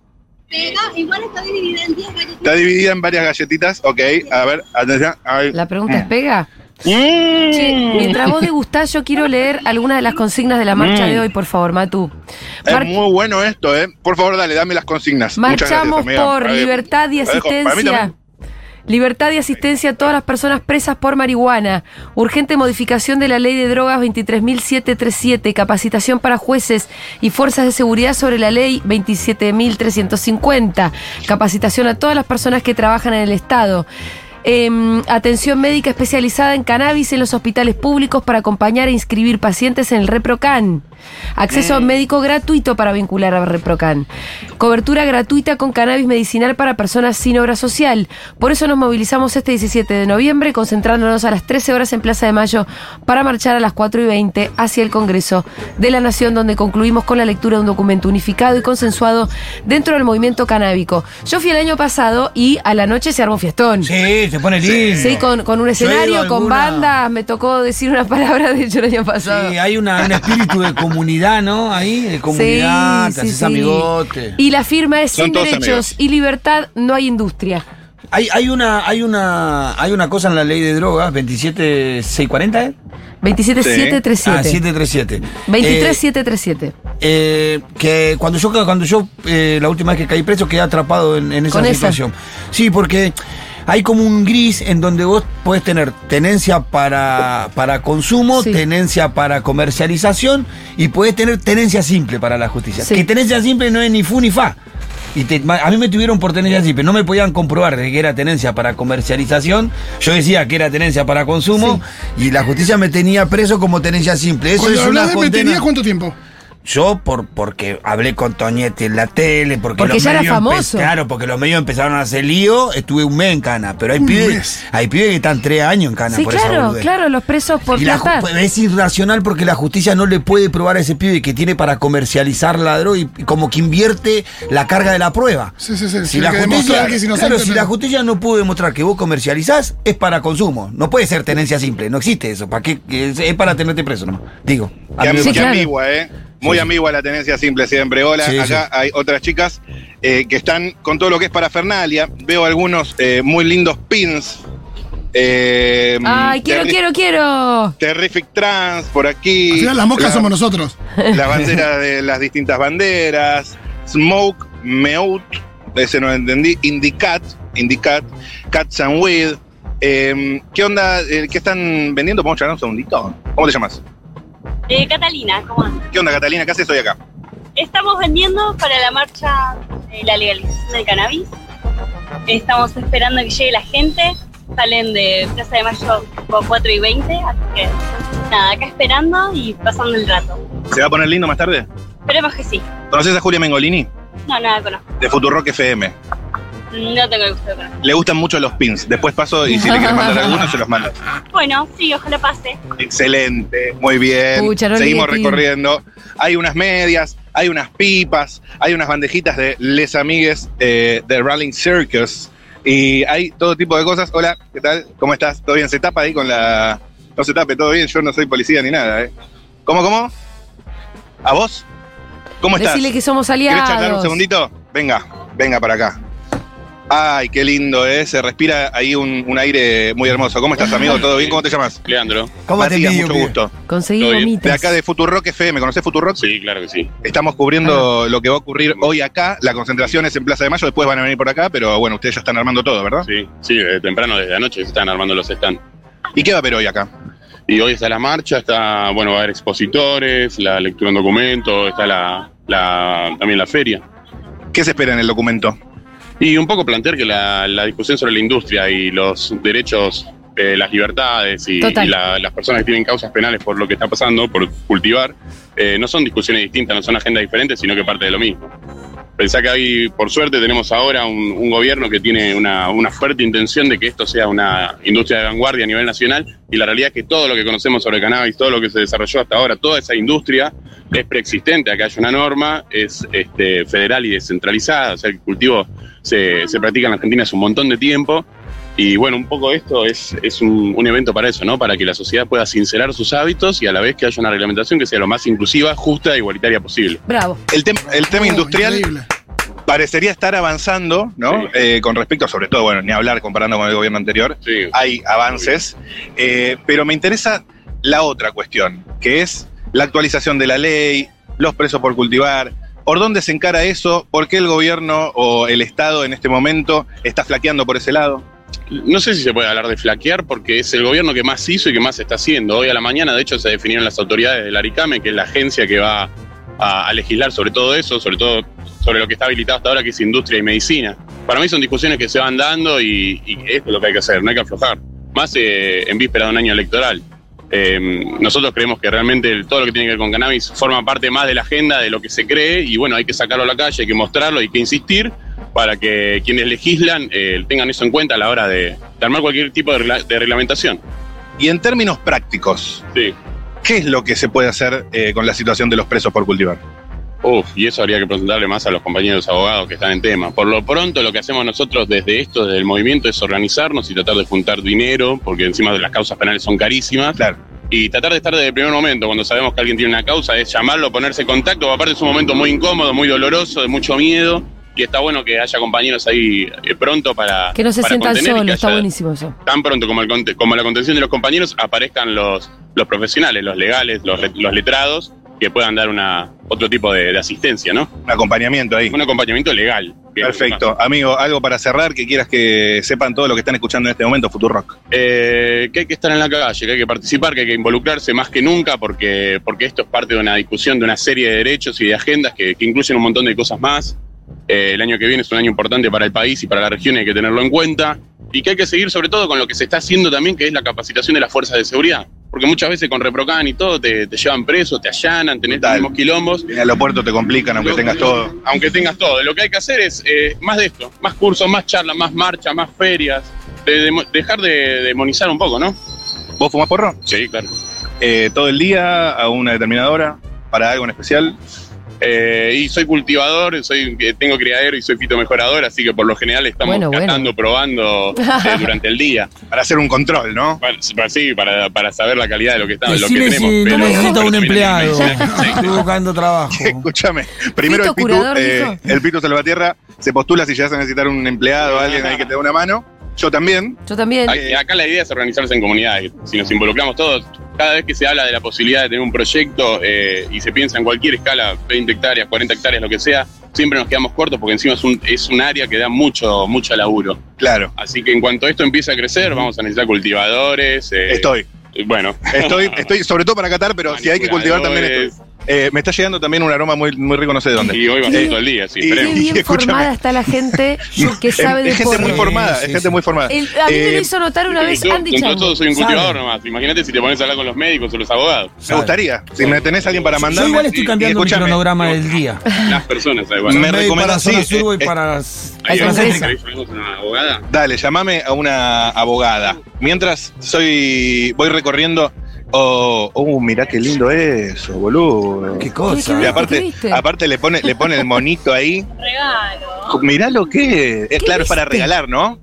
Speaker 8: Pero igual está dividida en 10 galletitas.
Speaker 4: Está dividida en varias galletitas, ok. A ver, atención. ay.
Speaker 1: La pregunta es, ¿pega?
Speaker 4: Mm.
Speaker 1: Che, mientras vos degustás, yo quiero leer alguna de las consignas de la marcha
Speaker 4: Mm.
Speaker 1: de hoy, por favor, Matu.
Speaker 4: Es
Speaker 1: Mar-
Speaker 4: muy bueno esto, ¿eh? Por favor, dale, dame las consignas. Muchas gracias,
Speaker 1: Marchamos
Speaker 4: amiga.
Speaker 1: por
Speaker 4: A ver,
Speaker 1: libertad y
Speaker 4: la dejo. Para mí
Speaker 1: asistencia.
Speaker 4: también.
Speaker 1: Libertad y asistencia a todas las personas presas por marihuana. Urgente modificación de la ley de drogas 23.737. Capacitación para jueces y fuerzas de seguridad sobre la ley 27.350. Capacitación a todas las personas que trabajan en el Estado. Em, atención médica especializada en cannabis en los hospitales públicos para acompañar e inscribir pacientes en el ReproCan. Acceso a médico gratuito para vincular a ReproCan. Cobertura gratuita con cannabis medicinal para personas sin obra social. Por eso nos movilizamos este 17 de noviembre, concentrándonos a las 13 horas en Plaza de Mayo para marchar a las 4 y 20 hacia el Congreso de la Nación, donde concluimos con la lectura de un documento unificado y consensuado dentro del movimiento canábico. Yo fui el año pasado y a la noche se armó un fiestón.
Speaker 2: Sí, se pone lindo.
Speaker 1: Sí, con, con un
Speaker 2: Yo he ido
Speaker 1: escenario,
Speaker 2: a
Speaker 1: con
Speaker 2: alguna-
Speaker 1: bandas, me tocó decir una palabra de hecho el año
Speaker 2: Sí,
Speaker 1: pasado.
Speaker 2: hay una, un espíritu de comunidad, ¿no? Ahí, de
Speaker 1: Sí,
Speaker 2: comunidad, te
Speaker 1: sí,
Speaker 2: haces
Speaker 1: sí.
Speaker 2: amigote.
Speaker 1: Y la firma es
Speaker 4: Son
Speaker 1: sin
Speaker 4: todos
Speaker 1: derechos
Speaker 4: amigos.
Speaker 1: y libertad, no hay industria.
Speaker 2: Hay, hay una, hay una, hay una cosa en la ley de drogas, 27640, ¿eh?
Speaker 1: 27737.
Speaker 2: Ah, 737.
Speaker 1: 23737.
Speaker 2: Eh, que cuando yo cuando yo eh, la última vez que caí preso quedé atrapado en, en esa
Speaker 1: Con esa.
Speaker 2: situación. Sí, porque hay como un gris en donde vos puedes tener tenencia para, para consumo,
Speaker 1: Sí.
Speaker 2: tenencia para comercialización y puedes tener tenencia simple para la justicia.
Speaker 1: Sí.
Speaker 2: Que tenencia simple no es ni fu ni fa. Y te- ma- a mí me tuvieron por tenencia simple, no me podían comprobar de que era tenencia para comercialización. Yo decía que era tenencia para consumo y la justicia me tenía preso como tenencia simple. Eso
Speaker 3: Cuando
Speaker 2: es una
Speaker 3: hablas de
Speaker 2: condena.
Speaker 3: metería, ¿cuánto tiempo?
Speaker 2: Yo por porque hablé con Toñete en la tele, porque,
Speaker 1: Porque
Speaker 2: los
Speaker 1: ya era
Speaker 2: medios empe-
Speaker 1: famoso.
Speaker 2: Claro, porque los medios empezaron a hacer lío, estuve un mes en cana, pero hay
Speaker 3: Un
Speaker 2: pibes,
Speaker 3: mes.
Speaker 2: hay pibes que están tres años en cana
Speaker 1: Sí,
Speaker 2: por esa
Speaker 1: claro,
Speaker 2: boludez.
Speaker 1: claro, los presos por
Speaker 2: Y la
Speaker 1: plata.
Speaker 2: ju- es irracional porque la justicia no le puede probar a ese pibe que tiene para comercializar la droga y, y como que invierte la carga de la prueba.
Speaker 3: Sí, sí, sí.
Speaker 2: Si
Speaker 3: Tiene
Speaker 2: la,
Speaker 3: que
Speaker 2: justicia,
Speaker 3: demostrar que es
Speaker 2: claro,
Speaker 3: inocente,
Speaker 2: si
Speaker 3: pero-
Speaker 2: la justicia no pudo demostrar que vos comercializás, es para consumo. No puede ser tenencia simple, no existe eso. ¿Para qué? Es, es para tenerte preso nomás. Digo. a
Speaker 4: Qué,
Speaker 2: mí me
Speaker 4: am-
Speaker 1: Sí,
Speaker 4: qué
Speaker 1: claro.
Speaker 4: ambigua, ¿eh? Muy
Speaker 2: Sí.
Speaker 4: ambigua la tenencia simple siempre. Hola,
Speaker 2: Sí,
Speaker 4: acá
Speaker 2: sí.
Speaker 4: hay otras chicas eh, que están con todo lo que es parafernalia. Veo algunos eh, muy lindos pins. Eh,
Speaker 1: Ay, quiero,
Speaker 4: terri-
Speaker 1: quiero, quiero.
Speaker 4: Terrific Trans por
Speaker 3: Al
Speaker 4: aquí.
Speaker 3: final las moscas
Speaker 4: La-
Speaker 3: somos nosotros.
Speaker 4: la bandera de las distintas banderas, Smoke, Meout, ese no lo entendí, Indicat, Indicat, Cats and Weed. Em, ¿Qué onda? eh, ¿Qué están vendiendo? Vamos a charlar un segundito. ¿Cómo te llamas?
Speaker 8: Eh, Catalina, ¿cómo andas?
Speaker 4: ¿Qué onda, Catalina? ¿Qué haces hoy acá?
Speaker 8: Estamos vendiendo para la marcha de la legalización del cannabis. Estamos esperando que llegue la gente. Salen de Plaza de Mayo tipo 4 y 20, así que nada, acá esperando y pasando el rato.
Speaker 4: ¿Se va a poner lindo más tarde?
Speaker 8: Esperemos que sí.
Speaker 4: ¿Conoces a Julia Mengolini?
Speaker 8: No, nada conozco.
Speaker 4: De Futurock FM.
Speaker 8: No tengo el gusto de conocer.
Speaker 4: Le gustan mucho los pins. Después paso y si le quieres mandar algunos, se los mando.
Speaker 8: Bueno, sí, ojalá pase.
Speaker 4: Excelente, muy bien.
Speaker 1: Pucha, no olvidé
Speaker 4: Seguimos
Speaker 1: pin.
Speaker 4: recorriendo. Hay unas medias, hay unas pipas, hay unas bandejitas de Les Amigues eh, de Rallying Circus. Y hay todo tipo de cosas. Hola, ¿qué tal? ¿Cómo estás? ¿Todo bien? ¿Se tapa ahí con la.? No se tape, todo bien. Yo no soy policía ni nada, ¿eh? ¿Cómo, cómo? ¿A vos? ¿Cómo estás?
Speaker 1: Decirle que somos
Speaker 4: ¿Querés charlar un
Speaker 1: aliados.
Speaker 4: segundito? Venga, venga para acá. Ay, qué lindo, ¿eh? Se respira ahí un, un aire muy hermoso. ¿Cómo estás, amigo? ¿Todo bien? ¿Cómo te llamas?
Speaker 9: Leandro.
Speaker 2: ¿Cómo te
Speaker 4: Matías,
Speaker 2: envidio,
Speaker 4: mucho
Speaker 2: pibe?
Speaker 4: gusto.
Speaker 1: Conseguí
Speaker 9: Todo bien.
Speaker 1: gomitas.
Speaker 4: De acá de Futurock FM, ¿conoces Futurock?
Speaker 9: Sí, claro que sí.
Speaker 4: Estamos cubriendo
Speaker 1: Ah.
Speaker 4: lo que va a ocurrir hoy acá. La concentración es en Plaza de Mayo, después van a venir por acá, pero bueno, ustedes ya están armando todo, ¿verdad?
Speaker 9: Sí, sí, desde temprano, desde anoche se están armando los stands.
Speaker 4: ¿Y qué va a haber hoy acá?
Speaker 9: Y hoy está la marcha, está, bueno, va a haber expositores, la lectura en documento, está la, la- también la feria.
Speaker 4: ¿Qué se espera en el documento?
Speaker 9: Y un poco plantear que la, la discusión sobre la industria y los derechos, eh, las libertades y,
Speaker 1: Total.
Speaker 9: y la- las personas que tienen causas penales por lo que está pasando, por cultivar, eh, no son discusiones distintas, no son agendas diferentes, sino que parte de lo mismo. Pensá que ahí, por suerte, tenemos ahora un, un gobierno que tiene una, una fuerte intención de que esto sea una industria de vanguardia a nivel nacional y la realidad es que todo lo que conocemos sobre el cannabis, todo lo que se desarrolló hasta ahora, toda esa industria es preexistente. Acá hay una norma, es este, federal y descentralizada, o sea, el cultivo se, se practica en la Argentina hace un montón de tiempo Y bueno, un poco esto es, es un, un evento para eso, ¿no? Para que la sociedad pueda sincerar sus hábitos y a la vez que haya una reglamentación que sea lo más inclusiva, justa e igualitaria posible.
Speaker 1: Bravo.
Speaker 4: El, tem- el tema
Speaker 3: Oh,
Speaker 4: industrial
Speaker 3: increíble.
Speaker 4: parecería estar avanzando, ¿no? Eh, con respecto, sobre todo, bueno, ni hablar comparando con el gobierno anterior,
Speaker 9: Sí.
Speaker 4: hay avances, eh, pero me interesa la otra cuestión, que es la actualización de la ley, los presos por cultivar. ¿Por dónde se encara eso? ¿Por qué el gobierno o el Estado en este momento está flaqueando por ese lado?
Speaker 9: No sé si se puede hablar de flaquear porque es el gobierno que más hizo y que más está haciendo. Hoy a la mañana, de hecho, se definieron las autoridades del ARICAME, que es la agencia que va a, a legislar sobre todo eso, sobre todo sobre lo que está habilitado hasta ahora, que es industria y medicina. Para mí son discusiones que se van dando y, y esto es lo que hay que hacer, no hay que aflojar. Más eh, en víspera de un año electoral. Eh, nosotros creemos que realmente el- todo lo que tiene que ver con cannabis forma parte más de la agenda de lo que se cree y bueno, hay que sacarlo a la calle, hay que mostrarlo, hay que insistir para que quienes legislan eh, tengan eso en cuenta a la hora de, de armar cualquier tipo de, regla- de reglamentación.
Speaker 4: Y en términos prácticos,
Speaker 9: Sí.
Speaker 4: ¿qué es lo que se puede hacer eh, con la situación de los presos por cultivar?
Speaker 9: Uf, y eso habría que preguntarle más a los compañeros abogados que están en tema. Por lo pronto, lo que hacemos nosotros desde esto, desde el movimiento, es organizarnos y tratar de juntar dinero, porque encima de las causas penales son carísimas.
Speaker 4: Claro.
Speaker 9: y tratar de estar desde el primer momento, cuando sabemos que alguien tiene una causa, es llamarlo, ponerse en contacto. Aparte es un momento muy incómodo, muy doloroso, de mucho miedo. Y está bueno que haya compañeros ahí eh, pronto para.
Speaker 1: Que no se
Speaker 9: para
Speaker 1: sientan
Speaker 9: contener y que
Speaker 1: solos, está
Speaker 9: haya-
Speaker 1: buenísimo eso.
Speaker 9: Tan pronto como, el conte- como la contención de los compañeros aparezcan los, los profesionales, los legales, los, re- los letrados, que puedan dar una, otro tipo de, de asistencia, ¿no?
Speaker 4: Un acompañamiento ahí.
Speaker 9: Un acompañamiento legal. que es lo que pasa.
Speaker 4: Perfecto. Amigo, algo para cerrar que quieras que sepan todo lo que están escuchando en este momento, Futurock.
Speaker 9: Eh, que hay que estar en la calle, que hay que participar, que hay que involucrarse más que nunca, porque, porque esto es parte de una discusión de una serie de derechos y de agendas que, que incluyen un montón de cosas más. Eh, el año que viene es un año importante para el país y para la región, y hay que tenerlo en cuenta. Y que hay que seguir sobre todo con lo que se está haciendo también, que es la capacitación de las fuerzas de seguridad. Porque muchas veces con Reprocan y todo te, te llevan preso, te allanan, tenés
Speaker 4: Total.
Speaker 9: mismos quilombos.
Speaker 4: En el aeropuerto te complican aunque
Speaker 9: Lo-
Speaker 4: tengas todo.
Speaker 9: Aunque tengas todo. Lo que hay que hacer es eh, más de esto, más cursos, más charlas, más marchas, más ferias. De- de- dejar de demonizar un poco, ¿no?
Speaker 4: ¿Vos fumás porro?
Speaker 9: Sí, claro.
Speaker 4: Eh, ¿Todo el día a una determinada hora? ¿Para algo en especial?
Speaker 9: Eh, y soy cultivador, soy, eh, tengo criadero y soy fitomejorador, así que por lo general estamos
Speaker 1: Bueno, bueno.
Speaker 9: catando, probando eh, durante el día.
Speaker 4: Para hacer un control, ¿no?
Speaker 9: Para, para- sí, para, para saber la calidad de lo que, está, Ah, lo que
Speaker 2: Decime
Speaker 9: tenemos.
Speaker 2: si no
Speaker 9: pero-
Speaker 2: necesita
Speaker 9: pero
Speaker 2: un
Speaker 9: también hay que
Speaker 2: empleado.
Speaker 9: medicionar.
Speaker 2: Estoy buscando trabajo.
Speaker 4: Escúchame. Primero
Speaker 1: Pito
Speaker 4: el Pitu,
Speaker 1: curador,
Speaker 4: eh, el Pitu Salvatierra se postula si llegas a necesitar un empleado, alguien ahí que te dé una mano. Yo también. Eh,
Speaker 1: Yo también.
Speaker 9: Aquí- acá la idea es organizarse en comunidades. Si nos involucramos todos, cada vez que se habla de la posibilidad de tener un proyecto eh, y se piensa en cualquier escala, 20 hectáreas, 40 hectáreas, lo que sea, siempre nos quedamos cortos porque encima es un, es un área que da mucho, mucho laburo.
Speaker 4: Claro.
Speaker 9: Así que en cuanto esto empiece a crecer, vamos a necesitar cultivadores. eh,
Speaker 4: Estoy.
Speaker 9: Bueno,
Speaker 4: Estoy, estoy sobre todo para catar, pero si hay que cultivar también estoy. Eh, me está llegando también un aroma muy, muy rico, no sé de dónde. Eh,
Speaker 9: Y hoy va a ser
Speaker 1: Sí.
Speaker 9: todo el día, sí,
Speaker 4: Y-
Speaker 1: Qué
Speaker 9: esperemos.
Speaker 4: y-
Speaker 1: bien
Speaker 4: escúchame.
Speaker 1: formada está la gente que sabe de
Speaker 4: es gente muy
Speaker 1: porro.
Speaker 4: formada,
Speaker 2: Sí,
Speaker 4: es
Speaker 2: sí,
Speaker 4: gente
Speaker 2: sí.
Speaker 4: muy formada.
Speaker 1: El- a mí me lo
Speaker 4: Eh,
Speaker 1: hizo notar una
Speaker 9: Y
Speaker 1: vez
Speaker 9: yo,
Speaker 1: Andy
Speaker 9: con
Speaker 1: Chango.
Speaker 9: todo soy un cultivador
Speaker 2: Sabe.
Speaker 9: nomás. Imagínate si te pones a hablar con los médicos o los abogados.
Speaker 4: Me gustaría. Si me tenés alguien para
Speaker 2: Yo
Speaker 4: mandarme.
Speaker 2: igual estoy
Speaker 9: y-
Speaker 2: cambiando
Speaker 4: y
Speaker 2: mi
Speaker 4: escúchame,
Speaker 2: cronograma del día.
Speaker 9: Las personas,
Speaker 4: Me
Speaker 9: igual.
Speaker 2: Yo voy para
Speaker 4: recomendás, sí,
Speaker 2: zona sur, voy
Speaker 4: eh,
Speaker 2: para
Speaker 1: Ahí
Speaker 2: zona
Speaker 1: vamos.
Speaker 2: céntrica.
Speaker 9: una abogada.
Speaker 4: Dale, llamame a una abogada. Mientras soy voy recorriendo. Oh, oh, mirá qué lindo eso, boludo.
Speaker 2: Qué
Speaker 1: Qué
Speaker 4: Y
Speaker 2: cosa.
Speaker 1: bien. ¿Qué
Speaker 4: aparte,
Speaker 1: viste?
Speaker 4: aparte le pone, le pone el monito ahí.
Speaker 8: eh,
Speaker 5: Regalo.
Speaker 4: Mirá lo que es. Es
Speaker 1: ¿Qué
Speaker 4: claro, es para
Speaker 1: viste?
Speaker 4: regalar, ¿no?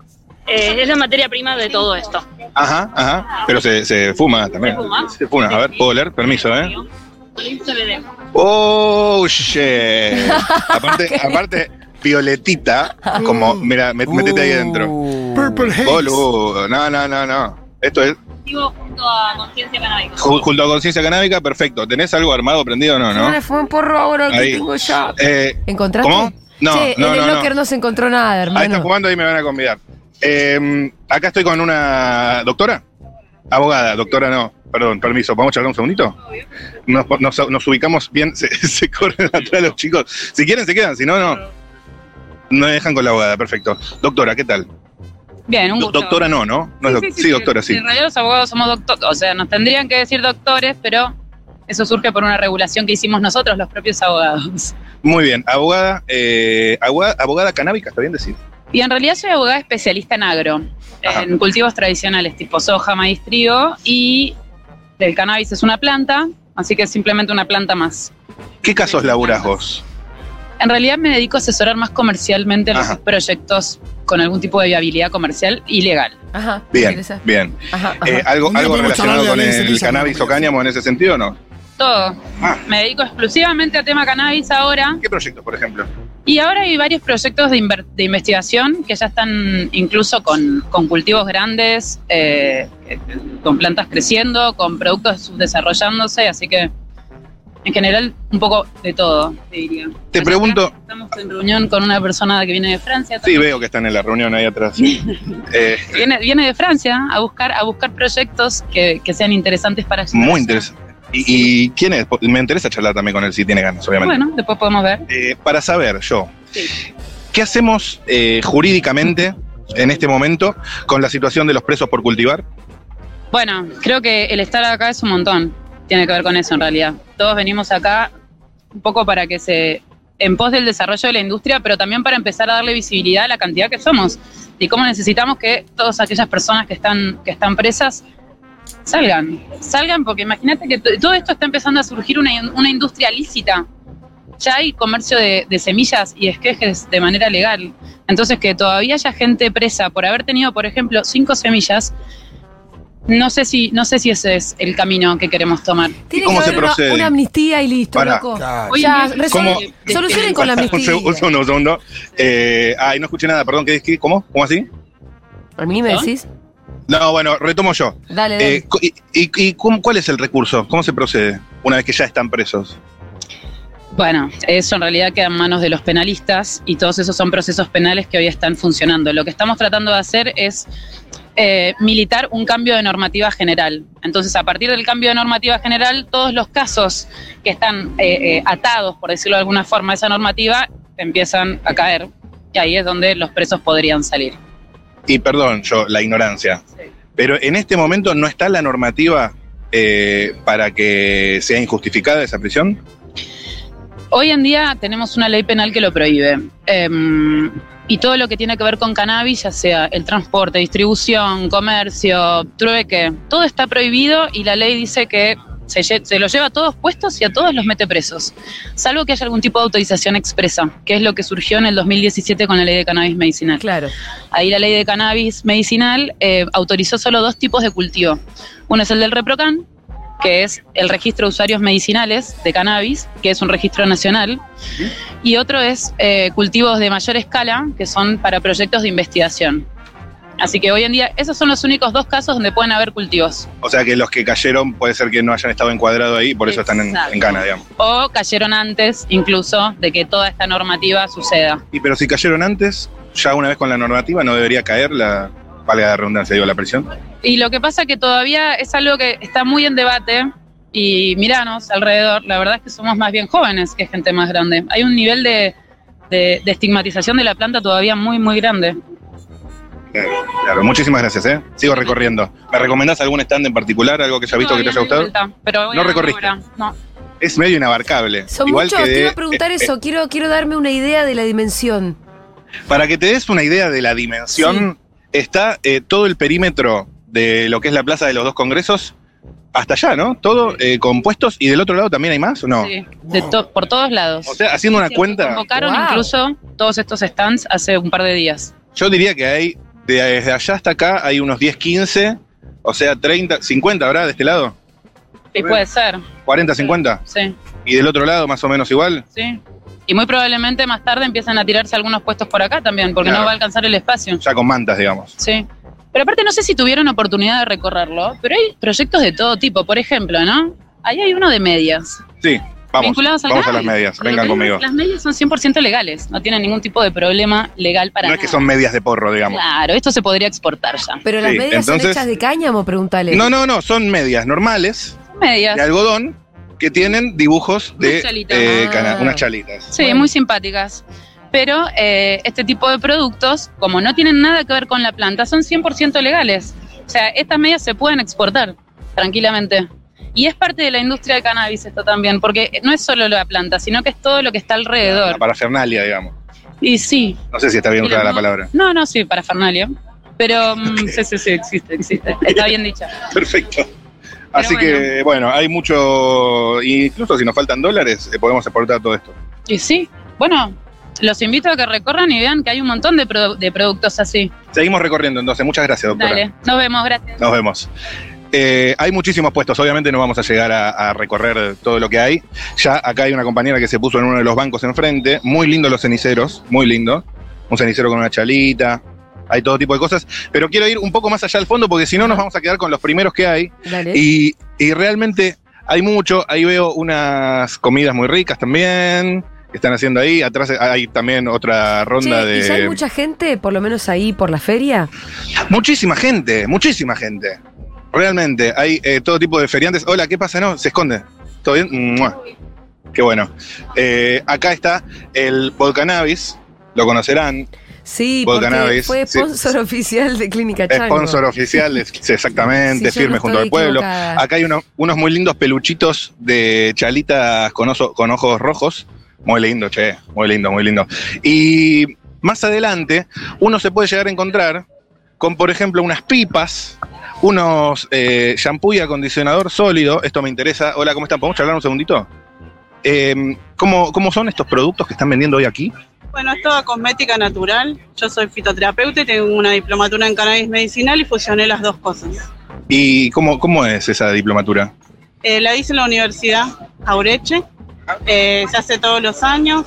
Speaker 5: Eh, es la materia prima de todo esto.
Speaker 4: Ajá, ajá. Pero se, se fuma también.
Speaker 5: ¿Se fuma?
Speaker 4: Se fuma. A ver, puedo leer, permiso, eh.
Speaker 5: CBD.
Speaker 4: Oh, shit. Aparte, aparte, violetita,
Speaker 1: Ah.
Speaker 4: como, mira, met- metete ahí adentro.
Speaker 2: Uh.
Speaker 3: Purple Haze.
Speaker 4: Boludo, no, no, no, no. Esto es
Speaker 5: Activo junto a conciencia canábica.
Speaker 4: ju- junto a conciencia canábica, perfecto. ¿Tenés algo armado prendido o no,
Speaker 1: Ahora
Speaker 4: no?
Speaker 1: fue un porro ahora que
Speaker 4: Ahí.
Speaker 1: tengo ya.
Speaker 4: Eh,
Speaker 1: ¿Encontraste?
Speaker 4: ¿Cómo? No,
Speaker 1: Che,
Speaker 4: no,
Speaker 1: en el
Speaker 4: no,
Speaker 1: locker
Speaker 4: no.
Speaker 1: no. se encontró nada,
Speaker 4: Ahí está
Speaker 1: hermano.
Speaker 4: jugando, ahí me van a convidar. Eh, acá estoy con una doctora, abogada, doctora no, perdón, permiso, ¿podemos charlar un segundito? Nos, nos- nos ubicamos bien, se, se corren atrás los chicos. Si quieren, se quedan, si no, no. No me dejan con la abogada, perfecto. Doctora, ¿qué tal?
Speaker 7: Bien, un
Speaker 4: Do-
Speaker 7: gusto.
Speaker 4: doctora no, ¿no? No es doc- sí, doctora, sí.
Speaker 7: En realidad los abogados somos doctores, o sea, nos tendrían que decir doctores, pero eso surge por una regulación que hicimos nosotros, los propios abogados.
Speaker 4: Muy bien, abogada, eh, abogada, abogada canábica, está bien decir.
Speaker 7: Y en realidad soy abogada especialista en agro,
Speaker 4: Ajá.
Speaker 7: en cultivos tradicionales tipo soja, maíz, trigo y del cannabis es una planta, así que es simplemente una planta más.
Speaker 4: ¿Qué casos laburás vos?
Speaker 7: En realidad me dedico a asesorar más comercialmente los
Speaker 4: Ajá.
Speaker 7: proyectos con algún tipo de viabilidad comercial y legal.
Speaker 1: Ajá.
Speaker 4: Bien,
Speaker 1: interesa.
Speaker 4: bien.
Speaker 1: Ajá.
Speaker 4: Eh, ¿Algo,
Speaker 3: Un día
Speaker 4: algo
Speaker 3: podemos
Speaker 4: relacionado
Speaker 3: charlar
Speaker 4: con
Speaker 3: de leyes,
Speaker 4: el
Speaker 3: Elisa,
Speaker 4: cannabis
Speaker 3: ¿no?
Speaker 4: o cáñamo en ese sentido o no?
Speaker 7: Todo.
Speaker 4: Ah.
Speaker 7: Me dedico exclusivamente a tema cannabis ahora
Speaker 4: ¿Qué proyectos, por ejemplo?
Speaker 7: y ahora hay varios proyectos de, inver- de investigación que ya están incluso con, con cultivos grandes, eh, eh, con plantas creciendo, con productos desarrollándose, así que en general un poco de todo, te diría.
Speaker 4: Te
Speaker 7: Acá
Speaker 4: pregunto-
Speaker 7: Estamos en reunión con una persona que viene de Francia.
Speaker 4: Sí, veo que están en la reunión ahí atrás. Eh,
Speaker 7: Viene, viene de Francia a buscar, a buscar proyectos que, que sean interesantes para su
Speaker 4: muy
Speaker 7: país.
Speaker 4: interesante. ¿Y, y quién es? Pues, Me interesa charlar también con él si tiene ganas, obviamente.
Speaker 7: Bueno, después podemos ver.
Speaker 4: Eh, para saber, yo,
Speaker 7: Sí.
Speaker 4: ¿qué hacemos eh, jurídicamente en este momento con la situación de los presos por cultivar?
Speaker 7: Bueno, creo que el estar acá es un montón. Tiene que ver con eso en realidad. Todos venimos acá un poco para que se. en pos del desarrollo de la industria, pero también para empezar a darle visibilidad a la cantidad que somos y cómo necesitamos que todas aquellas personas que están, que están presas salgan. Salgan, porque imagínate que t- todo esto está empezando a surgir una, in- una industria lícita. Ya hay comercio de, de semillas y esquejes de manera legal. Entonces, que todavía haya gente presa por haber tenido, por ejemplo, cinco semillas, no sé si, no sé si ese es el camino que queremos tomar.
Speaker 1: Tiene
Speaker 4: cómo
Speaker 1: que
Speaker 4: se
Speaker 1: haber una,
Speaker 4: procede?
Speaker 1: una amnistía y listo,
Speaker 4: Pará.
Speaker 1: loco.
Speaker 2: Claro.
Speaker 7: Hoy
Speaker 1: Ya,
Speaker 7: en día-
Speaker 1: resol-
Speaker 4: ¿Cómo?
Speaker 1: solucionen con la
Speaker 4: Pará, un
Speaker 1: amnistía.
Speaker 4: seg- Un segundo, un segundo. Eh, ay, no escuché nada, perdón, ¿qué, qué- ¿Cómo? ¿Cómo así? ¿Ah?
Speaker 1: ¿A mí me
Speaker 7: ¿No?
Speaker 1: decís?
Speaker 4: No, bueno, retomo yo.
Speaker 1: Dale, dale.
Speaker 4: Eh, cu- ¿Y, y- y cómo- cuál es el recurso? ¿Cómo se procede una vez que ya están presos?
Speaker 7: Bueno, eso en realidad queda en manos de los penalistas y todos esos son procesos penales que hoy están funcionando. Lo que estamos tratando de hacer es eh, militar un cambio de normativa general. Entonces, a partir del cambio de normativa general, todos los casos que están eh, eh, atados, por decirlo de alguna forma, a esa normativa, empiezan a caer. Y ahí es donde los presos podrían salir.
Speaker 4: Y perdón, yo, la ignorancia.
Speaker 7: Sí.
Speaker 4: Pero en este momento no está la normativa eh, para que sea injustificada esa prisión.
Speaker 7: Hoy en día tenemos una ley penal que lo prohíbe. Em, y todo lo que tiene que ver con cannabis, ya sea el transporte, distribución, comercio, trueque, todo está prohibido y la ley dice que se, lle- se los lleva a todos puestos y a todos los mete presos. Salvo que haya algún tipo de autorización expresa, que es lo que surgió en el 2017 con la ley de cannabis medicinal.
Speaker 1: claro.
Speaker 7: Ahí la ley de cannabis medicinal eh, autorizó solo dos tipos de cultivo. Uno es el del ReproCan, que es el registro de usuarios medicinales de cannabis, que es un registro nacional. Y otro es eh, cultivos de mayor escala, que son para proyectos de investigación. Así que hoy en día esos son los únicos dos casos donde pueden haber cultivos.
Speaker 4: O sea que los que cayeron puede ser que no hayan estado encuadrados ahí, por eso están en,
Speaker 7: Exacto.
Speaker 4: en Cana, digamos.
Speaker 7: O cayeron antes incluso de que toda esta normativa suceda.
Speaker 4: Y pero si cayeron antes, ya una vez con la normativa no debería caer la valga la redundancia, digo, la prisión.
Speaker 7: Y lo que pasa que todavía es algo que está muy en debate y miranos alrededor, la verdad es que somos más bien jóvenes que gente más grande. Hay un nivel de, de- de estigmatización de la planta todavía muy, muy grande.
Speaker 4: Eh, Claro, muchísimas gracias, ¿eh? Sigo recorriendo. ¿Me recomendás algún stand en particular, algo que ya visto que te
Speaker 7: Todavía
Speaker 4: haya
Speaker 7: no di
Speaker 4: gustado?
Speaker 7: vuelta, pero voy
Speaker 4: No
Speaker 7: a dar
Speaker 4: recorriste.
Speaker 7: ahora. No.
Speaker 4: Es medio inabarcable.
Speaker 1: Son
Speaker 4: Igual
Speaker 1: muchos,
Speaker 4: que
Speaker 1: te
Speaker 4: de-
Speaker 1: iba a preguntar
Speaker 4: eh,
Speaker 1: eso. Quiero, quiero darme una idea de la dimensión.
Speaker 4: Para que te des una idea de la dimensión, está eh, todo el perímetro de lo que es la plaza de los dos congresos hasta allá, ¿no? Todo eh, con puestos y del otro lado también hay más, ¿o no?
Speaker 7: Sí, de to- por todos lados.
Speaker 4: O sea, haciendo una
Speaker 7: Sí,
Speaker 4: cuenta,
Speaker 7: Convocaron
Speaker 1: Wow.
Speaker 7: incluso todos estos stands hace un par de días.
Speaker 4: yo diría que hay, de- desde allá hasta acá, hay unos 10, 15, o sea, 30, 50, ¿verdad? De este lado,
Speaker 7: Y
Speaker 4: Bueno.
Speaker 7: puede ser,
Speaker 4: 40, 50.
Speaker 7: sí,
Speaker 4: Y del otro lado, más o menos igual.
Speaker 7: sí. Y muy probablemente más tarde empiezan a tirarse algunos puestos por acá también, porque
Speaker 4: Claro.
Speaker 7: no va a alcanzar el espacio.
Speaker 4: Ya con mantas, digamos.
Speaker 7: Sí. Pero aparte no sé si tuvieron oportunidad de recorrerlo, pero hay proyectos de todo tipo. Por ejemplo, ¿no? Ahí hay uno de medias.
Speaker 4: Sí, vamos.
Speaker 7: vinculados al
Speaker 4: Vamos a las
Speaker 7: cannabis.
Speaker 4: medias,
Speaker 7: Porque
Speaker 4: vengan
Speaker 7: las medias-
Speaker 4: conmigo.
Speaker 7: Las medias son 100% legales, no tienen ningún tipo de problema legal para
Speaker 4: No es
Speaker 7: nada.
Speaker 4: que son medias de porro, digamos.
Speaker 7: Claro, esto se podría exportar ya.
Speaker 1: Pero las
Speaker 4: Sí,
Speaker 1: medias son
Speaker 4: entonces-
Speaker 1: hechas de cáñamo, pregúntale.
Speaker 4: No, no, no, son medias normales,
Speaker 7: Son medias.
Speaker 4: de algodón, que tienen dibujos de
Speaker 7: Una chalita.
Speaker 4: eh,
Speaker 1: Ah.
Speaker 4: cana- unas chalitas.
Speaker 7: Sí,
Speaker 1: Bueno.
Speaker 7: muy simpáticas. Pero eh, este tipo de productos, como no tienen nada que ver con la planta, son 100% legales. O sea, estas medias se pueden exportar tranquilamente. Y es parte de la industria del cannabis esto también, porque no es solo la planta, sino que es todo lo que está
Speaker 4: La
Speaker 7: alrededor.
Speaker 4: parafernalia, digamos.
Speaker 7: Y sí,
Speaker 4: No sé si está bien
Speaker 7: Mira,
Speaker 4: usada la
Speaker 7: no.
Speaker 4: palabra.
Speaker 7: no, no, sí, para Fernalia. Pero mm, sí, sí, sí, existe, existe. Está bien dicha.
Speaker 4: Perfecto. Así
Speaker 7: bueno.
Speaker 4: que, bueno, hay mucho. Incluso si nos faltan dólares, eh, podemos exportar todo esto.
Speaker 7: Y sí, bueno, los invito a que recorran y vean que hay un montón de, produ- de productos así.
Speaker 4: Seguimos recorriendo entonces. Muchas gracias, doctora.
Speaker 7: Dale, nos vemos, gracias.
Speaker 4: Nos vemos. Eh, hay muchísimos puestos, obviamente no vamos a llegar a, a recorrer todo lo que hay. Ya acá hay una compañera que se puso en uno de los bancos enfrente. Muy lindo los ceniceros, muy lindo. Un cenicero con una chalita. Hay todo tipo de cosas. Pero quiero ir un poco más allá al fondo porque si no nos vamos a quedar con los primeros que hay.
Speaker 1: Dale.
Speaker 4: Y, y realmente hay mucho. Ahí veo unas comidas muy ricas también. Que están haciendo ahí. Atrás hay también otra
Speaker 1: Che,
Speaker 4: ronda
Speaker 1: ¿Y ya hay
Speaker 4: de.
Speaker 1: mucha gente, por lo menos ahí por la feria?
Speaker 4: Muchísima gente, muchísima gente. Realmente, hay eh, todo tipo de feriantes. Hola, ¿qué pasa? No, se esconde. ¿Todo bien? ¡Mua! Qué bueno. Eh, acá está el Volcanabis, lo conocerán.
Speaker 1: Sí,
Speaker 4: Vos
Speaker 1: porque
Speaker 4: ganabes,
Speaker 1: fue
Speaker 4: sí.
Speaker 1: sponsor oficial de Clínica Chango.
Speaker 4: Sponsor oficial, es- sí, exactamente,
Speaker 1: Sí, yo
Speaker 4: firme
Speaker 1: no
Speaker 4: junto
Speaker 1: estoy
Speaker 4: al pueblo.
Speaker 1: equivocada.
Speaker 4: Acá hay uno- unos muy lindos peluchitos de chalitas con, oso- con ojos rojos. Muy lindo, che, muy lindo, muy lindo. Y más adelante, uno se puede llegar a encontrar con, por ejemplo, unas pipas, unos eh, shampoo y acondicionador sólido. Esto me interesa. Hola, ¿cómo están? ¿Podemos charlar un segundito? Eh, ¿cómo, ¿Cómo son estos productos que están vendiendo hoy aquí?
Speaker 10: Bueno, es toda cosmética natural. Yo soy fitoterapeuta y tengo una diplomatura en cannabis medicinal y fusioné las dos cosas.
Speaker 4: ¿Y cómo, cómo es esa diplomatura?
Speaker 10: Eh, la hice en la Universidad Aureche, eh, se hace todos los años.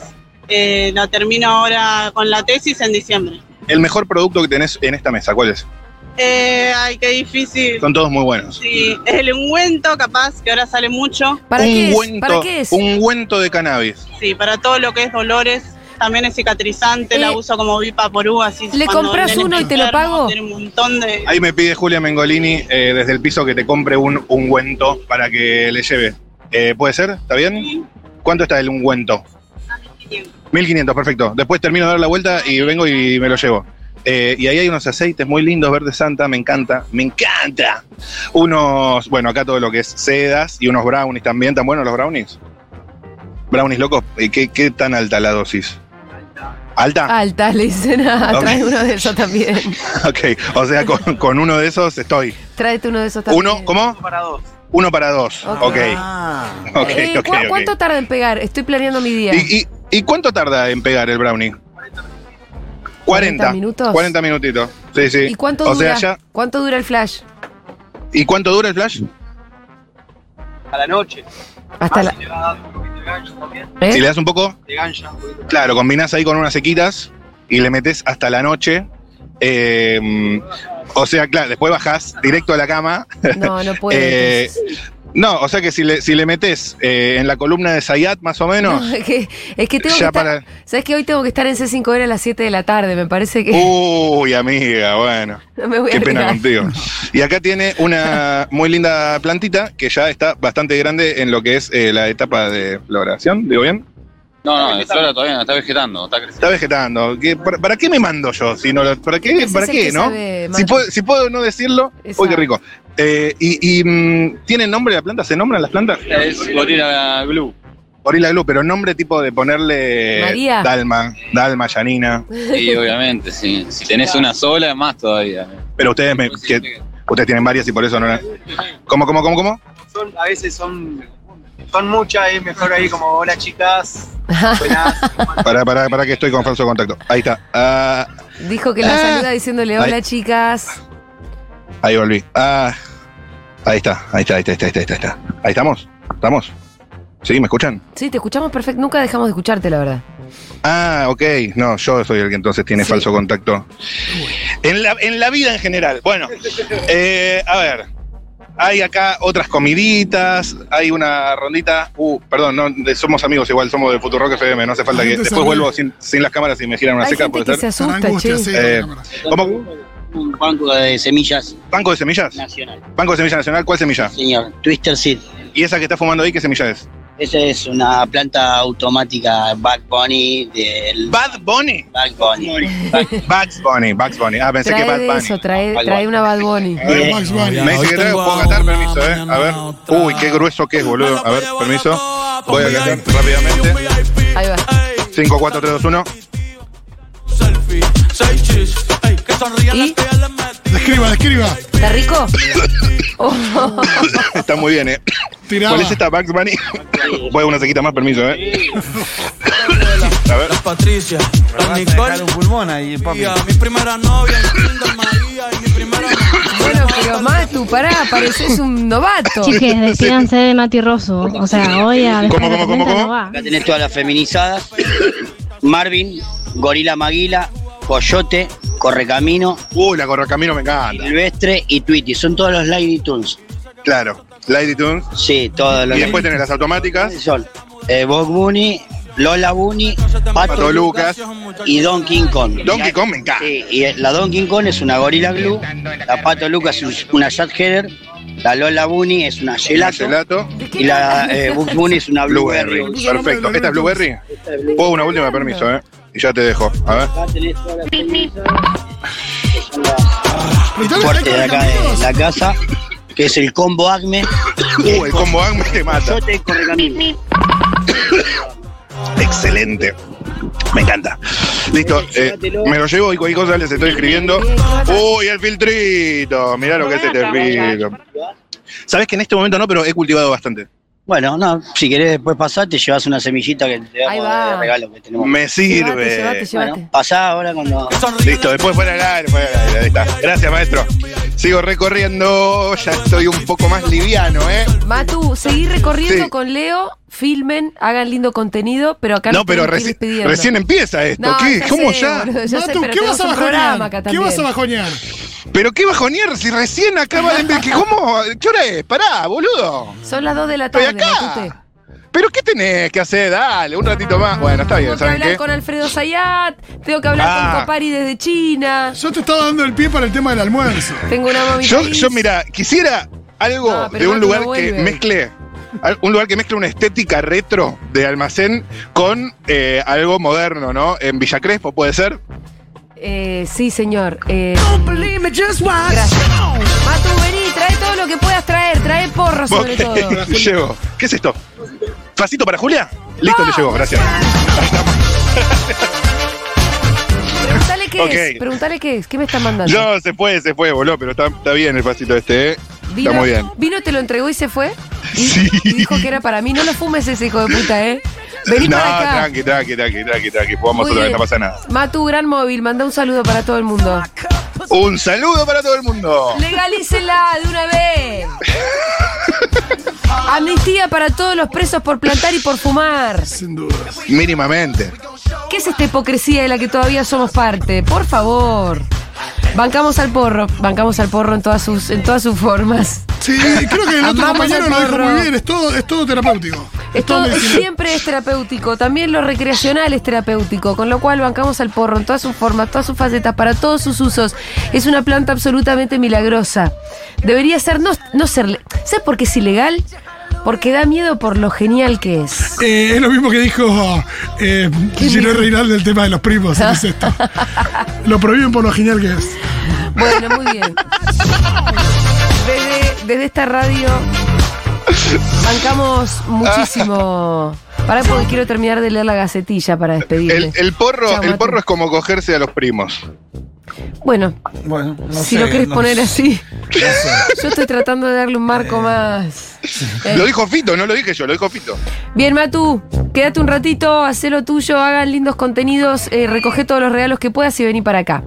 Speaker 10: Eh, la termino ahora con la tesis en diciembre.
Speaker 4: El mejor producto que tenés en esta mesa, ¿cuál es?
Speaker 10: Eh, ay, qué difícil.
Speaker 4: Son todos muy buenos.
Speaker 10: Sí, el ungüento, capaz, que ahora sale mucho.
Speaker 1: ¿Para
Speaker 4: un
Speaker 1: qué es?
Speaker 4: Guento,
Speaker 1: ¿Para qué es?
Speaker 4: Un guento de cannabis.
Speaker 10: Sí, para todo lo que es dolores. También es cicatrizante,
Speaker 1: Eh,
Speaker 10: la uso como bipaporú, así.
Speaker 1: ¿le
Speaker 10: cuando
Speaker 1: compras
Speaker 10: el nene
Speaker 1: uno y
Speaker 10: está
Speaker 1: te lo
Speaker 10: enfermo,
Speaker 1: pago?
Speaker 10: Tiene un montón de.
Speaker 4: Ahí me pide Julia Mengolini eh, desde el piso que te compre un ungüento para que le lleve. Eh, ¿Puede ser? ¿Está bien? ¿Cuánto está el ungüento? 1500, perfecto. Después termino de dar la vuelta y vengo y me lo llevo. Eh, y ahí hay unos aceites muy lindos, verde santa, me encanta, me encanta. Unos, bueno, acá todo lo que es sedas y unos brownies también. ¿Tan buenos los brownies? Brownies locos, ¿Y ¿qué, qué tan alta la dosis? ¿Alta?
Speaker 1: Alta, le dicen a,
Speaker 4: Ok.
Speaker 1: trae uno de esos también.
Speaker 4: Ok, o sea, con, con uno de esos estoy.
Speaker 1: Tráete uno de esos también.
Speaker 4: ¿Uno? ¿Cómo?
Speaker 10: Para dos.
Speaker 4: Uno para dos.
Speaker 1: Ok.
Speaker 4: Ok, ok,
Speaker 2: Ah.
Speaker 4: ok.
Speaker 1: Eh, ¿cu-
Speaker 4: ok.
Speaker 1: ¿Cuánto tarda en pegar? Estoy planeando mi día.
Speaker 4: ¿Y, y, y cuánto tarda en pegar el brownie? 40
Speaker 1: minutos?
Speaker 4: 40 minutitos. Sí, sí.
Speaker 1: ¿Y cuánto
Speaker 4: o
Speaker 1: dura?
Speaker 4: Sea, ya,
Speaker 1: ¿Cuánto dura el flash?
Speaker 4: ¿Y cuánto dura el flash?
Speaker 6: A la noche.
Speaker 1: Hasta la.
Speaker 6: le va a dar un poquito de gancho también.
Speaker 1: ¿Eh?
Speaker 4: Si le das un poco,
Speaker 6: De gancho, un poquito de
Speaker 4: claro, combinás ahí con unas sequitas y le metes hasta la noche. Eh, o sea, claro, después bajás directo a la cama.
Speaker 1: No, no puedo.
Speaker 4: Eh,
Speaker 1: entonces.
Speaker 4: no, o sea que si le, si le metes en la columna de Zayat, más o menos,
Speaker 1: No, es que, es que tengo que
Speaker 4: ya
Speaker 1: estar-
Speaker 4: para.
Speaker 1: ¿Sabes que hoy tengo que estar en C5N a las 7 de la tarde? Me parece que
Speaker 4: Uh. Uy, amiga, bueno.
Speaker 1: no me voy a
Speaker 4: Qué pena
Speaker 1: arriesgar.
Speaker 4: contigo. Y acá tiene una muy linda plantita que ya está bastante grande en lo que es eh, la etapa de floración, digo bien.
Speaker 9: No, no, de flora todavía no, está vegetando, está creciendo.
Speaker 4: Está vegetando. ¿Qué- para, para qué me mando yo? Si no, lo- ¿Para qué?
Speaker 1: Ese
Speaker 4: ¿Para
Speaker 1: es el que
Speaker 4: qué, no?
Speaker 1: sabe más.
Speaker 4: Si puedo, si puedo no decirlo, uy,
Speaker 1: Exacto.
Speaker 4: qué rico. Eh, y, y, mm, ¿Tienen nombre la planta? ¿Se nombran las plantas?
Speaker 9: Es gorila blue.
Speaker 4: Gorila Glue, pero nombre tipo de ponerle
Speaker 1: María.
Speaker 4: Dalma, Dalma, Yanina.
Speaker 9: Y obviamente, sí. Si tenés una sola, más todavía.
Speaker 4: Pero ustedes, me- que- ustedes tienen varias y por eso no... la- ¿Cómo, cómo, cómo, cómo?
Speaker 6: Son, a veces son, son muchas, es mejor ahí como, hola chicas, Pues buenas.
Speaker 4: Para, para, para que estoy con falso contacto. Ahí está. Ah,
Speaker 1: Dijo que la
Speaker 4: Ah.
Speaker 1: saluda diciéndole hola
Speaker 4: Ay.
Speaker 1: chicas.
Speaker 4: Ahí volví. Ah, ahí está, ahí está, ahí está, ahí está, ahí está, ahí está. Ahí estamos, estamos. ¿Sí? ¿Me escuchan?
Speaker 1: Sí, te escuchamos perfecto. Nunca dejamos de escucharte, la verdad.
Speaker 4: Ah, ok. No, yo soy el que entonces tiene
Speaker 1: Sí.
Speaker 4: falso contacto. En la, en la vida en general. Bueno, eh, a ver. Hay acá otras comiditas, hay una rondita. Uh, perdón, no, de- somos amigos igual, somos de Futurock FM, no hace falta
Speaker 3: Ay,
Speaker 4: que.
Speaker 3: te
Speaker 4: Después
Speaker 3: saludé.
Speaker 4: vuelvo sin, sin las cámaras y me giran una
Speaker 1: Hay
Speaker 4: seca,
Speaker 1: gente
Speaker 4: puede
Speaker 1: que
Speaker 4: ser.
Speaker 1: se
Speaker 3: Son
Speaker 1: asusta, che.
Speaker 3: angustias, sí,
Speaker 4: Eh,
Speaker 3: con la cámara.
Speaker 4: ¿Cómo?
Speaker 11: Un banco de semillas
Speaker 4: ¿Banco de semillas?
Speaker 11: nacional.
Speaker 4: ¿Banco de semilla nacional? ¿Cuál semilla?
Speaker 11: Señor, Twister Seed.
Speaker 4: ¿Y esa que está fumando ahí, qué semilla es?
Speaker 11: Esa es una planta automática Bad Bunny del
Speaker 4: Bad Bunny.
Speaker 11: Bad Bunny. Bad-
Speaker 4: Bugs Bunny, Bugs Bunny. Ah, pensé
Speaker 1: Trae
Speaker 4: que Bad
Speaker 1: de
Speaker 4: Bunny.
Speaker 1: eso, trae,
Speaker 11: Bad
Speaker 1: trae
Speaker 11: Bunny.
Speaker 1: una Bad Bunny.
Speaker 3: A ver, Max Bunny.
Speaker 4: Me dice que tengo, puedo catar, permiso, eh. A ver. Uy, qué grueso que es, boludo. A ver, permiso. Voy a catar rápidamente.
Speaker 1: Ahí va.
Speaker 4: 5, 4, 3, 2, 1.
Speaker 1: ¿Y?
Speaker 3: Describa, describa.
Speaker 1: ¿Está rico? Oh,
Speaker 4: Está muy bien, eh.
Speaker 3: Tiraba.
Speaker 4: ¿Cuál es esta, Bugs Bunny? Voy a una sequita más, permiso, eh.
Speaker 12: Las Patricia, las Nicole.
Speaker 2: un pulmón ahí, papi.
Speaker 12: María, Mi primera novia, linda María y mi primera
Speaker 1: Bueno, pero Matu, pará, pareces un novato.
Speaker 13: Chiques, decídanse de Mati Rosso. O sea, hoy a veces la tormenta no va.
Speaker 11: Acá tenés todas las feminizadas. Marvin, Gorila Maguila, Coyote, Correcamino.
Speaker 4: Uy, la Correcamino me encanta.
Speaker 11: Silvestre y Tweety. Son todos los Lady Tunes.
Speaker 4: Claro. Lady Tunes.
Speaker 11: Sí, todos los
Speaker 4: Y después tenés las automáticas.
Speaker 11: Son eh, Bob Bunny, Lola Bunny, Pato,
Speaker 4: Pato Lucas.
Speaker 11: y Don King Kong.
Speaker 4: Donkey Kong me encanta.
Speaker 11: Sí, y la Don King Kong es una Gorilla Glue, la Pato Lucas es una Shad Header, la Lola Bunny es una Gelato,
Speaker 4: gelato.
Speaker 11: y la eh, Bugs Bunny es una Blueberry.
Speaker 4: Blueberry. Perfecto. ¿Esta es Blueberry? Puedo una última, permiso, ¿eh? Y ya te dejo. A ver.
Speaker 11: Acá tenés todas las corte
Speaker 6: eh,
Speaker 11: de acá de la casa, que es el combo Acme.
Speaker 4: Uh, el combo Acme te mata.
Speaker 11: Yo te correcamino.
Speaker 4: Excelente. Me encanta. Listo, eh, me lo llevo y cualquier cosa les estoy escribiendo. ¡Uy, el filtrito! Mirá lo que es este filtro. Sabes que en este momento no, pero he cultivado bastante.
Speaker 11: Bueno, no, si querés después pasar, te llevas una semillita que te
Speaker 1: Ahí
Speaker 11: damos
Speaker 1: va.
Speaker 11: de regalo que tenemos.
Speaker 4: Me
Speaker 1: Llévate,
Speaker 4: sirve.
Speaker 1: llévate,
Speaker 11: Bueno, pasá ahora cuando.
Speaker 4: Listo, después fuera del aire, fuera del aire. Ahí está. Gracias, maestro. Sigo recorriendo, ya estoy un poco más liviano, ¿eh?
Speaker 1: llévate. Matu, seguí recorriendo
Speaker 4: Sí.
Speaker 1: con Leo, filmen, hagan lindo contenido, pero acá
Speaker 4: No,
Speaker 1: nos
Speaker 4: pero
Speaker 1: tenemos que ir
Speaker 4: reci-
Speaker 1: despidiendo.
Speaker 4: recién empieza esto.
Speaker 1: No,
Speaker 4: ¿Qué?
Speaker 1: ya
Speaker 4: ¿Cómo
Speaker 1: sé,
Speaker 4: ya?
Speaker 1: boludo, ya sé,
Speaker 3: Matu,
Speaker 1: pero
Speaker 3: ¿qué vas
Speaker 1: tenemos
Speaker 3: a
Speaker 1: un programa
Speaker 3: bajonear?
Speaker 1: acá
Speaker 3: ¿Qué vas a
Speaker 1: también.
Speaker 3: bajonear?
Speaker 4: ¿Pero qué bajonear si recién acaba de empezar? ¿Cómo? ¿Qué hora es? Pará, boludo.
Speaker 1: Son las 2 de la
Speaker 4: Estoy
Speaker 1: tarde, Matute.
Speaker 4: acá. ¿Pero qué tenés que hacer? Dale, un ratito más. Bueno, está bien,
Speaker 1: Tengo que
Speaker 4: ¿saben
Speaker 1: hablar
Speaker 4: qué?
Speaker 1: con Alfredo Zayat, tengo que hablar
Speaker 4: Ah.
Speaker 1: con Copari desde China,
Speaker 3: Yo te estaba dando el pie para el tema del almuerzo.
Speaker 1: tengo una mami.
Speaker 4: Yo,
Speaker 1: Prince.
Speaker 4: yo mira, quisiera algo
Speaker 1: No, pero
Speaker 4: de un
Speaker 1: Matu
Speaker 4: lugar
Speaker 1: no
Speaker 4: que
Speaker 1: vuelve.
Speaker 4: mezcle. al- Un lugar que mezcle una estética retro de almacén con eh, algo moderno, ¿no? En Villa Crespo puede ser.
Speaker 1: Eh, sí, señor. Eh, gracias. Matu, vení, trae todo lo que puedas traer, trae porro sobre
Speaker 4: Ok,
Speaker 1: todo.
Speaker 4: llego. ¿Qué es esto? ¿Facito para Julia? Listo, le llevo, gracias.
Speaker 1: Preguntale qué es,
Speaker 4: Ok.
Speaker 1: preguntale qué es, ¿qué me está mandando?
Speaker 4: No, se fue, se fue, voló, pero está, está bien el facito este, ¿eh?
Speaker 1: Vino,
Speaker 4: Está muy bien.
Speaker 1: vino, te lo entregó y se fue. Y,
Speaker 4: Sí.
Speaker 1: y dijo que era para mí. No lo fumes ese hijo de puta, ¿eh? Vení
Speaker 4: no,
Speaker 1: para acá.
Speaker 4: tranqui, tranqui, tranqui, tranqui, tranqui. Jugamos
Speaker 1: Muy
Speaker 4: otra vez, no
Speaker 1: bien.
Speaker 4: pasa nada.
Speaker 1: Matu, gran móvil, manda un saludo para todo el mundo.
Speaker 4: Un saludo para todo el mundo.
Speaker 1: Legalícela de una vez. Amnistía para todos los presos por plantar y por fumar.
Speaker 3: Sin dudas.
Speaker 4: Mínimamente.
Speaker 1: ¿Qué es esta hipocresía de la que todavía somos parte? Por favor. Bancamos al porro, bancamos al porro en todas sus, en todas sus formas.
Speaker 3: Sí, creo que el otro
Speaker 1: Amamos
Speaker 3: compañero
Speaker 1: al
Speaker 3: lo dijo
Speaker 1: porro.
Speaker 3: muy bien. Es todo, es todo terapéutico. Es todo
Speaker 1: Esto
Speaker 3: medicina.
Speaker 1: siempre es terapéutico, también lo recreacional es terapéutico, con lo cual bancamos al porro en todas sus formas, todas sus facetas, para todos sus usos. Es una planta absolutamente milagrosa. Debería ser, no, no ser... ¿Sabes por qué es ilegal? Porque da miedo por lo genial que es.
Speaker 3: Eh, es lo mismo que dijo eh, Gino Reinal del tema de los primos. es esto. Lo prohíben por lo genial que es.
Speaker 1: Bueno, muy bien. Desde, desde esta radio bancamos muchísimo. Pará porque quiero terminar de leer la gacetilla para despedirme.
Speaker 4: El, el porro,
Speaker 1: Chao,
Speaker 4: el
Speaker 1: Mati.
Speaker 4: porro es como cogerse a los primos.
Speaker 1: Bueno,
Speaker 2: Bueno, no
Speaker 1: si
Speaker 2: sé,
Speaker 1: lo querés
Speaker 2: no
Speaker 1: poner
Speaker 2: sé.
Speaker 1: así. Yo estoy tratando de darle un marco más. Eh,
Speaker 4: Lo dijo Fito, no lo dije yo, lo dijo Fito.
Speaker 1: Bien, Matu, quédate un ratito, hacé lo tuyo, hagan lindos contenidos, eh, recoge todos los regalos que puedas y vení para acá.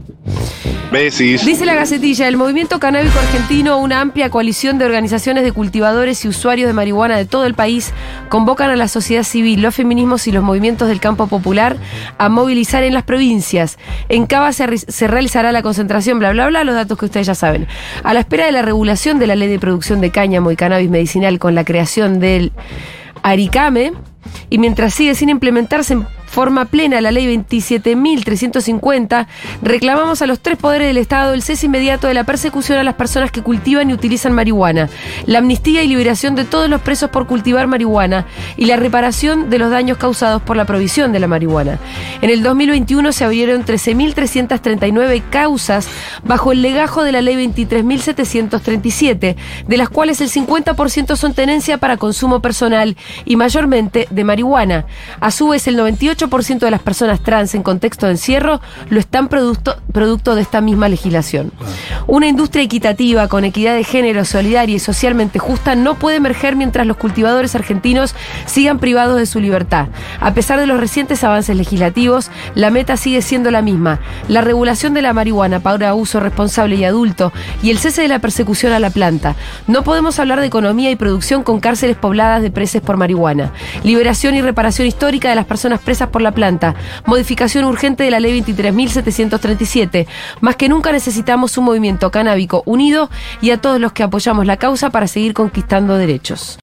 Speaker 4: Besis.
Speaker 1: Dice la Gacetilla, el movimiento canábico argentino, una amplia coalición de organizaciones de cultivadores y usuarios de marihuana de todo el país, convocan a la sociedad civil, los feminismos y los movimientos del campo popular a movilizar en las provincias. En Cava se, re- se realizará la concentración, bla, bla, bla, los datos que ustedes ya saben. A la espera de la regulación de la ley de producción de cáñamo y cannabis medicinal con la creación del Aricame. Y mientras sigue sin implementarse en forma plena la ley 27.350, reclamamos a los tres poderes del Estado el cese inmediato de la persecución a las personas que cultivan y utilizan marihuana, la amnistía y liberación de todos los presos por cultivar marihuana y la reparación de los daños causados por la provisión de la marihuana. En el 2021 se abrieron 13.339 causas bajo el legajo de la ley 23.737, de las cuales el 50% son tenencia para consumo personal y mayormente de marihuana. A su vez, el 98% 38% de las personas trans en contexto de encierro lo están producto, producto de esta misma legislación. Una industria equitativa, con equidad de género, solidaria y socialmente justa, no puede emerger mientras los cultivadores argentinos sigan privados de su libertad. A pesar de los recientes avances legislativos, la meta sigue siendo la misma. La regulación de la marihuana para uso responsable y adulto y el cese de la persecución a la planta. No podemos hablar de economía y producción con cárceles pobladas de presos por marihuana. Liberación y reparación histórica de las personas presas por la planta. Modificación urgente de la ley 23.737. Más que nunca necesitamos un movimiento canábico unido y a todos los que apoyamos la causa para seguir conquistando derechos.